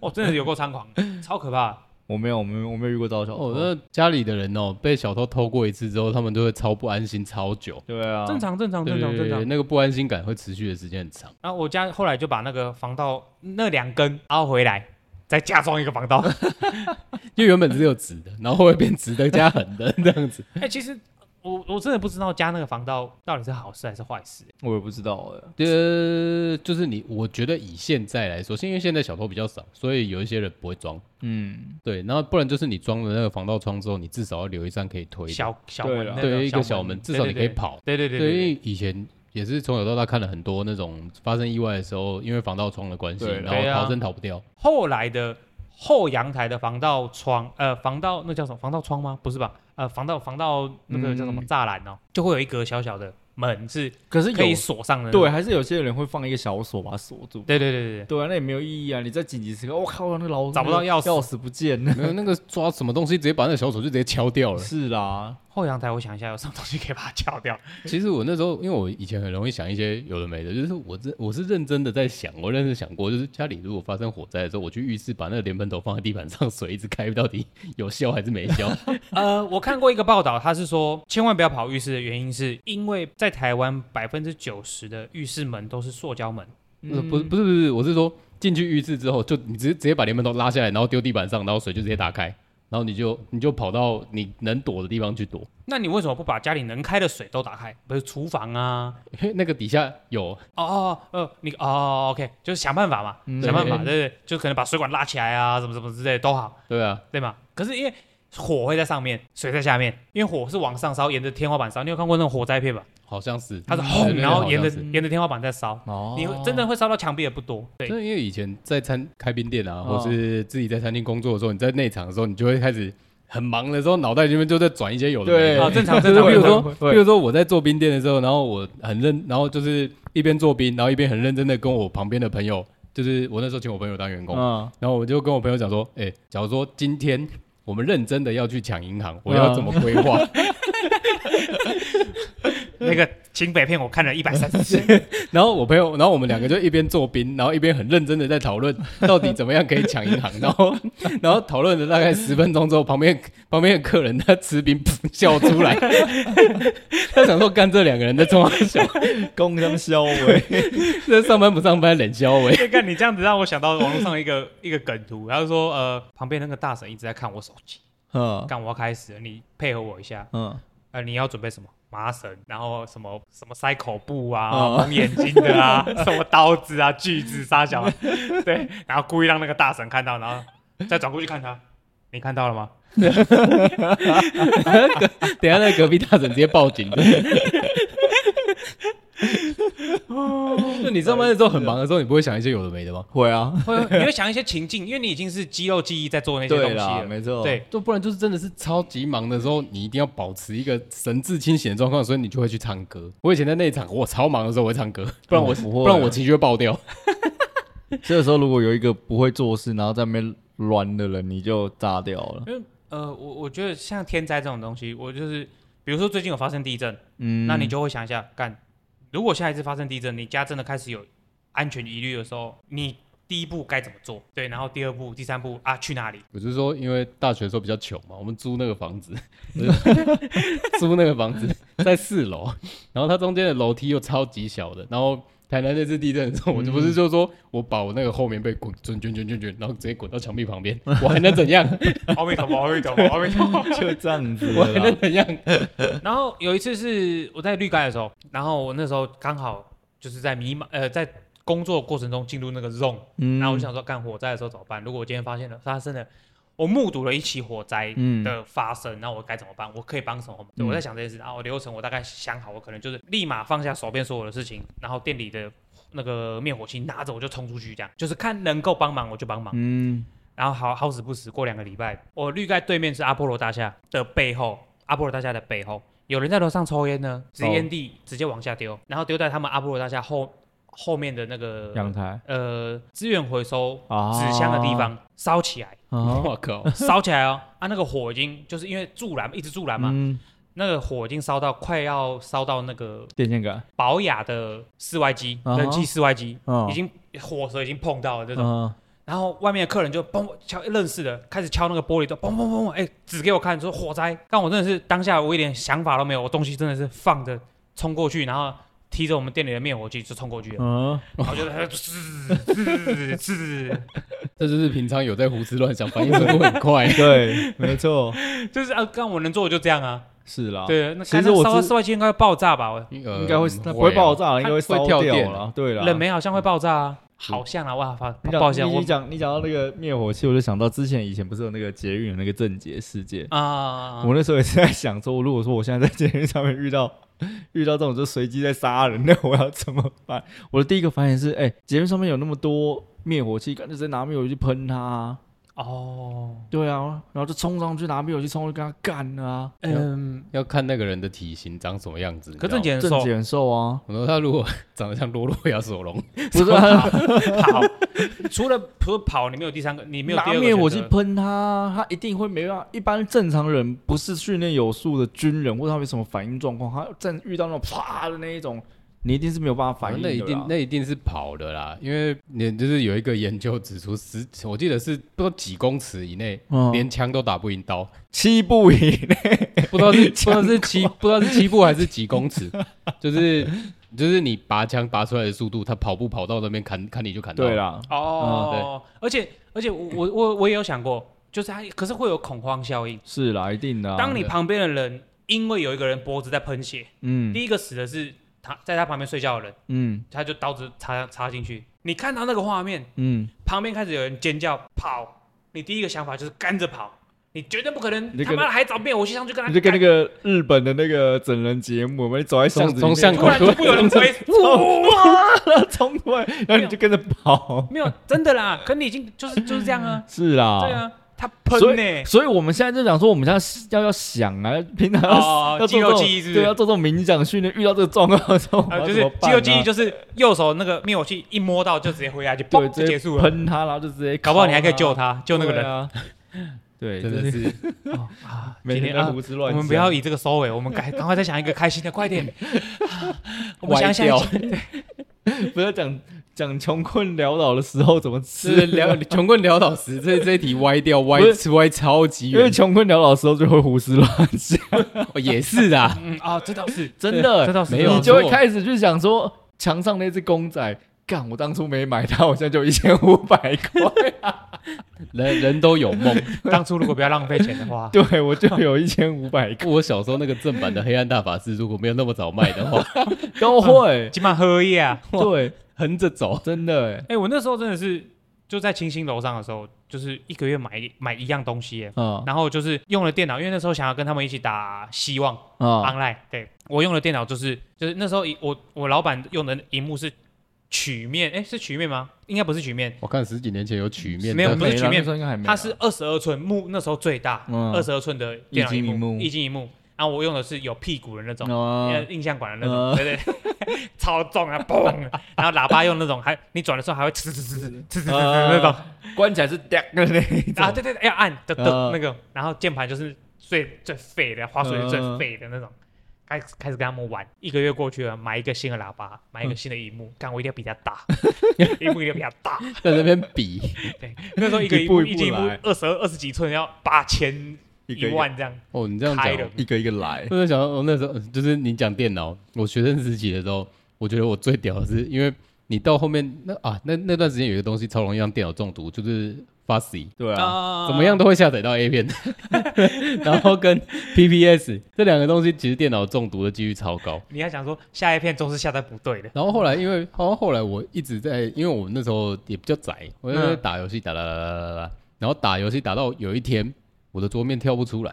[SPEAKER 3] 哦，真的有够猖狂，超可怕。
[SPEAKER 2] 我没有，我没有，我没有遇过招小
[SPEAKER 1] 哦，
[SPEAKER 2] 偷，
[SPEAKER 1] 那家里的人哦，被小偷偷过一次之后，他们都会超不安心，超久。
[SPEAKER 2] 对啊，
[SPEAKER 3] 正常正常
[SPEAKER 1] 对
[SPEAKER 3] 哦正常
[SPEAKER 1] 对
[SPEAKER 3] 正
[SPEAKER 1] 对，
[SPEAKER 3] 常。
[SPEAKER 1] 那个不安心感会持续的时间很长。
[SPEAKER 3] 然后我家后来就把那个防盗那两根凹回来，再加装一个防盗。
[SPEAKER 1] 因为原本只有直的，然后会变直的加横的这样
[SPEAKER 3] [LAUGHS]
[SPEAKER 1] 子。
[SPEAKER 3] 哎、其实我我真的不知道加那个防盗到底是好事还是坏事。
[SPEAKER 2] 我也不知道哎，
[SPEAKER 1] 呃，就是你，我觉得以现在来说，是因为现在小偷比较少，所以有一些人不会装。
[SPEAKER 2] 嗯，
[SPEAKER 1] 对，然后不然就是你装了那个防盗窗之后，你至少要留一扇可以推的。
[SPEAKER 3] 小小门
[SPEAKER 2] 对啦
[SPEAKER 3] 那
[SPEAKER 1] 对一个小门
[SPEAKER 3] 门，
[SPEAKER 1] 至少你可以跑
[SPEAKER 3] 对。对对
[SPEAKER 1] 对，
[SPEAKER 3] 对
[SPEAKER 1] 因
[SPEAKER 3] 对对
[SPEAKER 1] 为以前也是从小到大看了很多那种发生意外的时候，因为防盗窗的关系，
[SPEAKER 2] 对
[SPEAKER 1] 然后
[SPEAKER 3] 对啊
[SPEAKER 1] 逃生逃不掉。
[SPEAKER 3] 后来的后阳台的防盗窗，呃，防盗那叫什么？防盗窗吗？不是吧？呃，防盗防盗那个叫什么
[SPEAKER 2] 嗯
[SPEAKER 3] 栅栏哦，就会有一格小小的门是
[SPEAKER 2] 可
[SPEAKER 1] 哎
[SPEAKER 2] 是
[SPEAKER 3] 可以
[SPEAKER 2] 有
[SPEAKER 3] 锁上的。
[SPEAKER 2] 对，，还是有些人会放一个小锁把它锁住。
[SPEAKER 3] 对对对对对，
[SPEAKER 2] 对啊，那也没有意义啊！你在紧急时刻，我靠，那个老
[SPEAKER 3] 找不到
[SPEAKER 2] 那个
[SPEAKER 3] 钥匙
[SPEAKER 2] 钥匙不见了。
[SPEAKER 1] [LAUGHS] 没有那个抓什么东西，直接把那个小手就直接敲掉
[SPEAKER 3] [LAUGHS]
[SPEAKER 1] 了。
[SPEAKER 2] 是啦，
[SPEAKER 3] 后阳台我想一下有什么东西可以把它撬掉。
[SPEAKER 1] 其实我那时候，因为我以前很容易想一些有的没的，就是我真我是认真的在想，我认真想过，就是家里如果发生火灾的时候，我去浴室把那个莲蓬头放在地板上，水一直开，到底有效还是没
[SPEAKER 3] [LAUGHS]
[SPEAKER 1] 效？
[SPEAKER 3] 呃，我看过一个报道，他是说千万不要跑浴室的原因是因为在台湾百分之九十的浴室门都是塑胶门，
[SPEAKER 1] 呃
[SPEAKER 3] 嗯
[SPEAKER 1] 不是不是不是，我是说进去浴室之后，就你直接直接把莲蓬头拉下来，然后丢地板上，然后水就直接打开，然后你就你就跑到你能躲的地方去躲， [LAUGHS]
[SPEAKER 3] 那你为什么不把家里能开的水都打开？不是厨房啊？
[SPEAKER 1] 因为那个底下有
[SPEAKER 3] 哦哦呃，你哦，OK，就是想办法嘛，
[SPEAKER 2] 嗯
[SPEAKER 3] 想办法，
[SPEAKER 1] 对
[SPEAKER 3] 对对对，就可能把水管拉起来啊，什么什么之类的都好，
[SPEAKER 1] 对啊，
[SPEAKER 3] 对吗？可是因为火会在上面，水在下面，因为火是往上烧，沿着天花板烧。你有看过那种火灾片吧？
[SPEAKER 1] 好像是
[SPEAKER 3] 它是
[SPEAKER 1] 对对
[SPEAKER 3] 轰，
[SPEAKER 1] 对
[SPEAKER 3] 然后
[SPEAKER 1] 好
[SPEAKER 3] 沿着
[SPEAKER 1] 像是
[SPEAKER 3] 沿着天花板在烧，
[SPEAKER 2] 哦，
[SPEAKER 3] 你会真的会烧到墙壁也不多。对
[SPEAKER 1] 真，的因为以前在餐开冰店啊，
[SPEAKER 2] 哦
[SPEAKER 1] 或是自己在餐厅工作的时候，你在内场的时候，你就会开始很忙的时候，脑袋里面就在转一些有的没
[SPEAKER 2] 对
[SPEAKER 1] 的。
[SPEAKER 3] 啊，正常
[SPEAKER 1] 就
[SPEAKER 3] 正
[SPEAKER 1] 是
[SPEAKER 3] 常
[SPEAKER 2] [LAUGHS]
[SPEAKER 1] 比
[SPEAKER 2] 会。
[SPEAKER 1] 如
[SPEAKER 2] 会
[SPEAKER 1] 说，
[SPEAKER 2] 会
[SPEAKER 1] 比如说我在做冰店的时候，然后我很认，然后就是一边做冰，然后一边很认真的跟我旁边的朋友，就是我那时候请我朋友当员工，
[SPEAKER 2] 嗯，
[SPEAKER 1] 然后我就跟我朋友讲说，哎、假如说今天我们认真的要去抢银行，我
[SPEAKER 2] 哦
[SPEAKER 1] 要怎么规划？
[SPEAKER 2] [LAUGHS]
[SPEAKER 3] 那个警匪片我看了一百三十次， [LAUGHS]
[SPEAKER 1] 然后我朋友，然后我们两个就一边做兵，然后一边很认真的在讨论到底怎么样可以抢银行，然后然后讨论了大概十分钟之后，旁边旁边的客人他吃兵噗笑出来，他想说干这两个人在冲他笑，
[SPEAKER 2] 工商消委 [LAUGHS]
[SPEAKER 1] 这上班不上班冷笑喂，
[SPEAKER 3] 这个你这样子让我想到网络上一个一个梗图，然后说呃旁边那个大婶一直在看我手机，
[SPEAKER 2] 嗯
[SPEAKER 3] 干我要开始了，你配合我一下，
[SPEAKER 2] 嗯，
[SPEAKER 3] 呃你要准备什么？麻绳，然后什么什么塞口布
[SPEAKER 2] 哦
[SPEAKER 3] 啊，蒙眼睛的 [LAUGHS] 啊，什么刀子啊、锯子、杀小啊，对，然后故意让那个大婶看到，然后再转过去看他，你看到了吗？
[SPEAKER 1] 等一下那隔壁大婶直接报警。 [LAUGHS] 就你上班的时候很忙的时候，你不会想一些有的没的吗？
[SPEAKER 2] 会啊，
[SPEAKER 3] 会，你会想一些情境，因为你已经是肌肉记忆在做那些东
[SPEAKER 2] 对
[SPEAKER 3] 西
[SPEAKER 2] 啦，
[SPEAKER 3] 了，
[SPEAKER 2] 没错，
[SPEAKER 3] 对，
[SPEAKER 1] 就不然就是真的是超级忙的时候，你一定要保持一个神志清醒的状况，所以你就会去唱歌。我以前在那一场，我超忙的时候我会唱歌，不然我、
[SPEAKER 2] 嗯不会
[SPEAKER 1] 不然我情绪会爆掉。
[SPEAKER 2] 这个时候如果有一个不会做事，然后在那边乱的人，你就炸掉了。
[SPEAKER 3] 因为呃，我我觉得像天灾这种东西，我就是比如说最近有发生地震，
[SPEAKER 2] 嗯，
[SPEAKER 3] 那你就会想一下，干，如果下一次发生地震，你家真的开始有安全疑虑的时候，你第一步该怎么做？对，然后第二步、第三步啊，去哪里？
[SPEAKER 1] 我就说，因为大学的时候比较穷嘛，我们租那个房 [LAUGHS] 子，我就租那个房子在四楼，然后它中间的楼梯又超级小的。然后台南那次地震的时候，我就不是就说我把我那个后面被滚卷卷卷卷卷，然后直接滚到墙壁旁边，我还能怎样？
[SPEAKER 3] 阿弥陀佛，阿弥陀佛，阿弥陀佛。
[SPEAKER 2] [LAUGHS] 就这样子
[SPEAKER 1] 我
[SPEAKER 2] 了
[SPEAKER 1] 还能
[SPEAKER 2] 啦。
[SPEAKER 1] 怎样？
[SPEAKER 3] [LAUGHS] 然后有一次是我在绿盖的时候，然后我那时候刚好就是在迷茫，呃，在工作过程中进入那个 zone，
[SPEAKER 2] 嗯
[SPEAKER 3] 然后我就想说，干火灾的时候怎么办？如果我今天发现了发生了，我目睹了一起火灾
[SPEAKER 2] 嗯
[SPEAKER 3] 的发生，那我该怎么办？我可以帮什么忙？对，我在想这件事，然后我流程我大概想好，我可能就是立马放下手边所有的事情，然后店里的那个灭火器拿着我就冲出去，这样就是看能够帮忙我就帮忙。
[SPEAKER 2] 嗯，
[SPEAKER 3] 然后好好死不死，过两个礼拜，我绿盖对面是阿波罗大厦的背后，阿波罗大厦的背后有人在楼上抽烟呢，直接烟蒂直接往下丢，然后丢在他们阿波罗大厦后后面的那个
[SPEAKER 2] 阳台
[SPEAKER 3] 呃资源回收
[SPEAKER 2] 啊
[SPEAKER 3] 纸箱的地方烧起来，
[SPEAKER 2] 啊，
[SPEAKER 1] 我靠！
[SPEAKER 3] 烧起来哦！啊，那个火已经就是因为助燃一直助燃嘛，
[SPEAKER 2] 嗯，
[SPEAKER 3] 那个火已经烧到快要烧到那个
[SPEAKER 2] 电线杆，
[SPEAKER 3] 保雅的室外机，
[SPEAKER 2] 啊哈
[SPEAKER 3] 人气室外机
[SPEAKER 2] 嗯
[SPEAKER 3] 已经火舌已经碰到了这种。
[SPEAKER 2] 嗯，
[SPEAKER 3] 然后外面的客人就嘣敲认识的，开始敲那个玻璃的，嘣嘣嘣，哎、指给我看说火灾。但我真的是当下我一点想法都没有，我东西真的是放着冲过去，然后提着我们店里的灭火器就冲过去了。
[SPEAKER 2] 嗯，。
[SPEAKER 3] 然后我就在那滋滋滋，
[SPEAKER 1] 这就是平常有在胡思乱想，反应速度很快
[SPEAKER 2] 对，没错，
[SPEAKER 3] 就是啊，刚我能做的就这样啊。
[SPEAKER 2] 是啦，，
[SPEAKER 3] 对，那
[SPEAKER 2] 其实
[SPEAKER 3] 干
[SPEAKER 2] 我
[SPEAKER 3] 烧到
[SPEAKER 2] 知
[SPEAKER 3] 室外机应该会爆炸吧？我
[SPEAKER 1] 应
[SPEAKER 2] 应该会那不会爆。炸了，应该会烧
[SPEAKER 1] 啊嗯会跳
[SPEAKER 2] 掉
[SPEAKER 1] 电
[SPEAKER 2] 了，对啦。
[SPEAKER 3] 冷媒好像会爆炸啊，好像啊，哇，发
[SPEAKER 2] 你
[SPEAKER 3] 爆炸
[SPEAKER 2] 讲你
[SPEAKER 3] 我
[SPEAKER 2] 你讲你讲到那个灭火器，我就想到之前以前不是有那个捷运有那个正捷事件，
[SPEAKER 3] 啊，
[SPEAKER 2] 我那时候也是在想说， [LAUGHS] 如果说我现在在捷运上面遇到 [LAUGHS] 遇到这种就随机在杀人，那我要怎么办？我的第一个反应是，哎、捷运上面有那么多灭火器，干脆直接拿灭火器喷它啊、
[SPEAKER 3] 哦，
[SPEAKER 2] 对啊，然后就冲上去拿灭火器冲上去跟他干啊，
[SPEAKER 3] 嗯，
[SPEAKER 1] 要看那个人的体型长什么样子。
[SPEAKER 3] 可
[SPEAKER 1] 是
[SPEAKER 3] 郑姐很
[SPEAKER 2] 正
[SPEAKER 3] 瘦，
[SPEAKER 2] 解很瘦啊，
[SPEAKER 1] 我说他如果长得像罗罗亚索隆，
[SPEAKER 2] 不是啊
[SPEAKER 3] 跑，除了除了跑，你没有第三个，你
[SPEAKER 2] [LAUGHS]
[SPEAKER 3] 没有第
[SPEAKER 2] 拿
[SPEAKER 3] 二个
[SPEAKER 2] 灭火
[SPEAKER 3] 选
[SPEAKER 2] 器
[SPEAKER 3] 择
[SPEAKER 2] 喷他，他一定会没办法。一般正常人不是训练有素的军人，或者他没什么反应状况，他正遇到那种啪的那一种，你一定是没有办法反应的
[SPEAKER 1] 哦那
[SPEAKER 3] 哦
[SPEAKER 2] 啦。
[SPEAKER 1] 一定那一定是跑的啦，因为你就是有一个研究指出十，我记得是不知道几公尺以内，
[SPEAKER 2] 嗯
[SPEAKER 1] 连枪都打不赢刀，
[SPEAKER 2] 七步以内，
[SPEAKER 1] [LAUGHS] 不 [LAUGHS] 知道是不知道是七不知道是七步还是几公 [LAUGHS] 尺，就是就是你拔枪拔出来的速度，他跑步跑到那边砍砍你就砍到，
[SPEAKER 2] [LAUGHS] 对，啦，
[SPEAKER 3] 哦，而且而且我我我我也有想过，就是他，可是会有恐慌效应。
[SPEAKER 2] 是啦，一定的啊、
[SPEAKER 3] 当你
[SPEAKER 1] 对
[SPEAKER 3] 旁边的人因为有一个人脖子在喷血，
[SPEAKER 2] 嗯
[SPEAKER 3] 第一个死的是他在他旁边睡觉的人，
[SPEAKER 2] 嗯
[SPEAKER 3] 他就刀子插插进去。你看到那个画面，
[SPEAKER 2] 嗯，
[SPEAKER 3] 旁边开始有人尖叫跑，你第一个想法就是跟着跑，你绝对不可能
[SPEAKER 2] 你
[SPEAKER 3] 他
[SPEAKER 2] 跟
[SPEAKER 3] 妈的还找灭火器上去跟他
[SPEAKER 2] 你就跟那
[SPEAKER 3] 干
[SPEAKER 2] 个日本的那个整人节目，我们走在巷子里面
[SPEAKER 1] 从从巷
[SPEAKER 3] 突然就不有人
[SPEAKER 2] [LAUGHS]
[SPEAKER 3] 追，哦
[SPEAKER 2] 然后冲过来，然后你就跟着跑，
[SPEAKER 3] 没有真的啦，可你已经就是就是这样
[SPEAKER 2] [LAUGHS]
[SPEAKER 3] 啊，
[SPEAKER 2] 是啦，
[SPEAKER 3] 对啊，他喷
[SPEAKER 2] 所以
[SPEAKER 3] 呢，
[SPEAKER 2] 所以我们现在就讲说，我们现在要要想啊，平常要、
[SPEAKER 3] 哦
[SPEAKER 2] 要做
[SPEAKER 3] 肌
[SPEAKER 2] 这
[SPEAKER 3] 肉
[SPEAKER 2] 种
[SPEAKER 3] 记忆是不是
[SPEAKER 2] 对，要做这种冥想训练，遇到这个状况的时候，我
[SPEAKER 3] 啊，
[SPEAKER 2] 要
[SPEAKER 3] 就
[SPEAKER 2] 怎
[SPEAKER 3] 是 [LAUGHS]
[SPEAKER 2] 么
[SPEAKER 3] 肌
[SPEAKER 2] 办啊
[SPEAKER 3] 肉记忆，就是右手那个灭火器一摸到就直接回来就
[SPEAKER 2] 对，
[SPEAKER 3] 嘣
[SPEAKER 2] 直
[SPEAKER 3] 就
[SPEAKER 2] 接
[SPEAKER 3] 结束了，
[SPEAKER 2] 喷他，然后就直接，
[SPEAKER 3] 搞不好你还可以救，他，救那个
[SPEAKER 2] 对
[SPEAKER 3] 人
[SPEAKER 2] 啊。对，
[SPEAKER 1] 真的
[SPEAKER 2] 就是
[SPEAKER 1] [LAUGHS] 是
[SPEAKER 3] 啊
[SPEAKER 2] 每
[SPEAKER 3] 今天
[SPEAKER 2] 天在
[SPEAKER 3] 啊
[SPEAKER 2] 胡思
[SPEAKER 3] 我
[SPEAKER 2] 乱想。
[SPEAKER 3] 们不要以这个收尾，我们
[SPEAKER 2] [LAUGHS]
[SPEAKER 3] 赶赶快再想一个开心的，快点。我们
[SPEAKER 1] 歪
[SPEAKER 3] 想想
[SPEAKER 1] 掉，
[SPEAKER 2] 不要讲讲穷困潦倒的时候怎么
[SPEAKER 1] 是
[SPEAKER 2] 吃，
[SPEAKER 1] 聊穷困潦倒时，这这一题歪掉歪
[SPEAKER 2] 不
[SPEAKER 1] 歪超级
[SPEAKER 2] 因为
[SPEAKER 1] 远，
[SPEAKER 2] 穷困潦倒的时候就会胡思乱想，啊
[SPEAKER 1] 哦也是啊， [LAUGHS]
[SPEAKER 3] 嗯啊，这倒是，
[SPEAKER 2] [LAUGHS] 真
[SPEAKER 3] 这
[SPEAKER 2] 的，
[SPEAKER 3] 倒是
[SPEAKER 1] 没有
[SPEAKER 2] 你
[SPEAKER 3] 真的
[SPEAKER 2] 就会开始去想说，墙上那只公仔，干，我当初没买它，我现在就一千五百块。
[SPEAKER 1] 人人都有梦。
[SPEAKER 3] 嗯当初如果不要浪费钱的话，
[SPEAKER 2] [LAUGHS] [LAUGHS] 对，我就有一千五百个，
[SPEAKER 1] 我小时候那个正版的《黑暗大法师》，如果没有那么早卖的
[SPEAKER 3] [LAUGHS]
[SPEAKER 1] 话，
[SPEAKER 2] [LAUGHS] 都会，
[SPEAKER 3] 今晚喝夜啊。
[SPEAKER 2] 对，
[SPEAKER 1] 横着走。
[SPEAKER 2] 真的哎，
[SPEAKER 3] 哎，我那时候真的是就在清新楼上的时候，就是一个月买一买一样东西耶，
[SPEAKER 2] [LAUGHS] 啊
[SPEAKER 3] 然后就是用了电脑，因为那时候想要跟他们一起打希望。
[SPEAKER 2] 啊，
[SPEAKER 3] online，对我用的电脑就是就是那时候以我我老板用的荧幕是曲面，哎是曲面吗？应该不是曲面，
[SPEAKER 1] 我看十几年前有曲面，
[SPEAKER 3] 没有
[SPEAKER 1] 但
[SPEAKER 3] 不是曲面
[SPEAKER 2] 应该还没啦，啊
[SPEAKER 3] 它是二十二寸幕，那时候最大
[SPEAKER 2] 嗯
[SPEAKER 3] 二十二寸的电脑
[SPEAKER 2] 液晶
[SPEAKER 3] 荧幕，
[SPEAKER 2] 荧幕
[SPEAKER 3] 液晶荧幕，然后我用的是有屁股的那种。
[SPEAKER 2] 啊
[SPEAKER 3] 呃印象馆的那种，对对，超重啊，嘣！然后喇叭用那种，还你转的时候还会呲呲呲呲呲呲呲那种
[SPEAKER 2] 关起来是掉的那一
[SPEAKER 3] 啊，
[SPEAKER 2] 种，
[SPEAKER 3] 对对对，要按的的
[SPEAKER 2] 呃
[SPEAKER 3] 那个，然后键盘就是最最废的，滑鼠也是最
[SPEAKER 2] 呃
[SPEAKER 3] 废的那种。开始开始跟他们玩，一个月过去了，买一个新的喇叭，买一个新的荧幕，干我一定要比他
[SPEAKER 2] [LAUGHS]
[SPEAKER 3] 大，荧幕一定要比他大。
[SPEAKER 1] [LAUGHS] 在那边比，
[SPEAKER 3] 对，那时候一个
[SPEAKER 2] 一
[SPEAKER 3] 荧幕
[SPEAKER 2] 步一步
[SPEAKER 3] 荧幕
[SPEAKER 2] 来
[SPEAKER 3] 二十二二十几寸要八千
[SPEAKER 2] 一
[SPEAKER 3] 一
[SPEAKER 2] 个一个
[SPEAKER 3] 万这样，
[SPEAKER 1] 哦，你这样
[SPEAKER 3] 开了
[SPEAKER 1] 讲，
[SPEAKER 2] 一个一个来
[SPEAKER 1] 我，在想，我那时候哦就是你讲电脑，我学生时期的时候，我觉得我最屌的是，因为你到后面那啊，那那段时间有一个东西超容易让电脑中毒，就是 Fussy。
[SPEAKER 2] 对啊，
[SPEAKER 3] 啊
[SPEAKER 1] 怎么样？都会下载到 A
[SPEAKER 3] [LAUGHS]
[SPEAKER 1] 片， [LAUGHS] 然后跟 PPS 这两个东西，其实电脑中毒的几率超高。
[SPEAKER 3] 你要想说下一片都是下载不对的，
[SPEAKER 1] 然后后来因为好像后来我一直在，因为我那时候也比较宅，我在打游戏打打打打打打，然后打游戏打到有一天我的桌面跳不出来，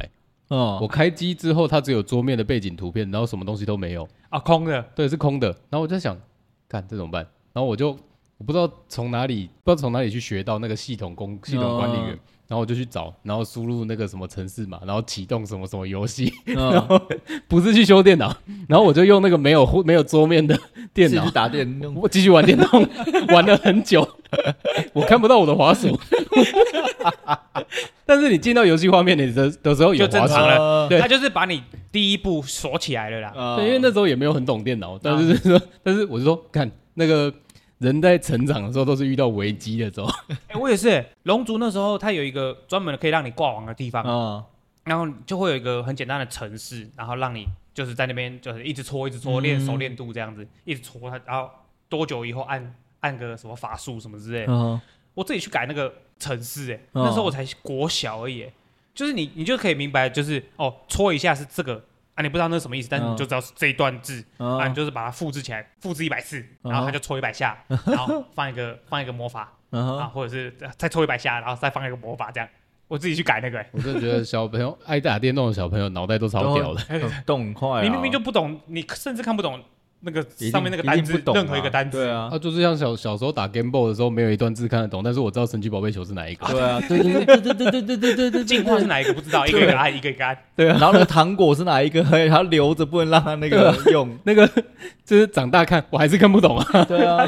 [SPEAKER 3] 啊
[SPEAKER 2] 嗯，
[SPEAKER 1] 我开机之后它只有桌面的背景图片，然后什么东西都没有，
[SPEAKER 3] 啊空的，
[SPEAKER 1] 对，是空的。然后我就想，看这怎么办？然后我就我不知道从哪里不知道从哪里去学到那个系统工系统管理员，
[SPEAKER 2] 嗯
[SPEAKER 1] 然后我就去找，然后输入那个什么城市码，然后启动什么什么游戏， [LAUGHS] 然
[SPEAKER 2] 嗯
[SPEAKER 1] 后不是去修电脑，然后我就用那个没有没有桌面的电
[SPEAKER 2] 自
[SPEAKER 1] 脑
[SPEAKER 2] 己去。打电动，
[SPEAKER 1] 我继续玩电动， [LAUGHS] 玩了很久， [LAUGHS] 我看不到我的滑鼠。 [LAUGHS] 但是你进到游戏画面里的的时候有
[SPEAKER 3] 就正
[SPEAKER 1] 滑鼠
[SPEAKER 3] 常，了
[SPEAKER 2] 了
[SPEAKER 1] 对
[SPEAKER 3] 他就是把你第一步锁起来了
[SPEAKER 2] [LAUGHS]
[SPEAKER 3] 啦。
[SPEAKER 2] 啊
[SPEAKER 1] 对，因为那时候也没有很懂电脑，但是就是说，但是我就说，看那个人在成长的时候都是遇到危机的时候，
[SPEAKER 3] 哎，我也是，龙族那时候它有一个专门的可以让你挂网的地方，
[SPEAKER 2] 啊，
[SPEAKER 3] 然后就会有一个很简单的程式，然后让你就是在那边就是一直搓，一直搓，
[SPEAKER 2] 嗯
[SPEAKER 3] 练手练度这样子，一直搓它，然后多久以后按按个什么法术什么之类的。
[SPEAKER 2] 嗯
[SPEAKER 3] 我自己去改那个程式、欸，哎、
[SPEAKER 2] 哦
[SPEAKER 3] 那时候我才国小而已、欸就是你你就可以明白，就是哦，搓一下是这个啊，你不知道那是什么意思，但是
[SPEAKER 2] 嗯
[SPEAKER 3] 你就知道是这一段字，啊，你
[SPEAKER 2] 嗯
[SPEAKER 3] 就是把它复制起来，复制一百次，
[SPEAKER 2] 哦
[SPEAKER 3] 然后它就搓一百下，然后放一个放一个魔法啊，
[SPEAKER 2] 嗯，
[SPEAKER 3] 或者是呃再搓一百下，然后再放一个魔法这样。我自己去改那个、欸，
[SPEAKER 1] [LAUGHS] 我真的觉得小朋友爱打电动的小朋友脑袋都超屌的。
[SPEAKER 2] [LAUGHS] 动很快啊，
[SPEAKER 3] 你明明就不懂，你甚至看不懂那个
[SPEAKER 2] 一定
[SPEAKER 3] 上面那个
[SPEAKER 2] 一定
[SPEAKER 3] 单字
[SPEAKER 2] 不，懂啊
[SPEAKER 3] 任何一个单字，
[SPEAKER 2] 对，啊
[SPEAKER 1] 啊，，就是像小小时候打 Game Boy 的时候，没有一段字看得懂，但是我知道神奇宝贝球是哪一个。
[SPEAKER 3] [LAUGHS]
[SPEAKER 2] 对啊，对
[SPEAKER 1] [LAUGHS]
[SPEAKER 2] 对对对对对对对对对，
[SPEAKER 3] 进化是哪一个不知道，一
[SPEAKER 2] [LAUGHS]
[SPEAKER 3] 个一个按，一个一个按，
[SPEAKER 2] 对啊，然后那个糖果是哪一个， [LAUGHS] 还还留着不能让他那个用，
[SPEAKER 1] 那个 [LAUGHS] 就是长大看，我还是看不懂啊。 [LAUGHS]
[SPEAKER 3] [LAUGHS]
[SPEAKER 2] 对啊，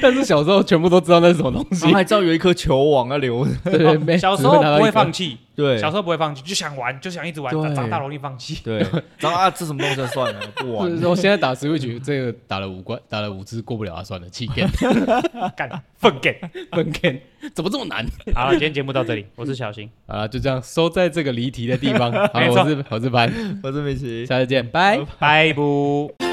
[SPEAKER 1] 但是小时候全部都知道那是什么东
[SPEAKER 2] 然后
[SPEAKER 1] 西。
[SPEAKER 2] 还知道有一颗球网要留着，
[SPEAKER 1] [LAUGHS] 对，
[SPEAKER 2] 哎
[SPEAKER 1] 没
[SPEAKER 3] 哦小时
[SPEAKER 1] 只
[SPEAKER 3] 候
[SPEAKER 1] 拿到
[SPEAKER 3] 不
[SPEAKER 1] 一
[SPEAKER 3] 会
[SPEAKER 1] 个
[SPEAKER 3] 放弃，
[SPEAKER 2] 对
[SPEAKER 3] 小时候不会放弃，就想玩，就想一直玩，
[SPEAKER 2] 对
[SPEAKER 3] 长大容易放弃。
[SPEAKER 2] 对， [LAUGHS] 然后啊，这什么东西就算了，不玩 [LAUGHS]
[SPEAKER 1] 就是
[SPEAKER 2] 了。
[SPEAKER 1] 说现在打 Switch 这个打了五关，打了五只过不了啊，算了，
[SPEAKER 3] [LAUGHS]
[SPEAKER 1] 弃 game
[SPEAKER 3] 干粪 g
[SPEAKER 1] 分 game，怎么这么难？
[SPEAKER 3] 好了，今天节目到这里，我是小新，
[SPEAKER 1] 好了，就这样收在
[SPEAKER 3] [LAUGHS]
[SPEAKER 1] 这个离题的地方。好，
[SPEAKER 3] 没错
[SPEAKER 1] 我是我是潘，
[SPEAKER 2] 我是美琪，
[SPEAKER 1] 下次见，拜。
[SPEAKER 3] 拜拜。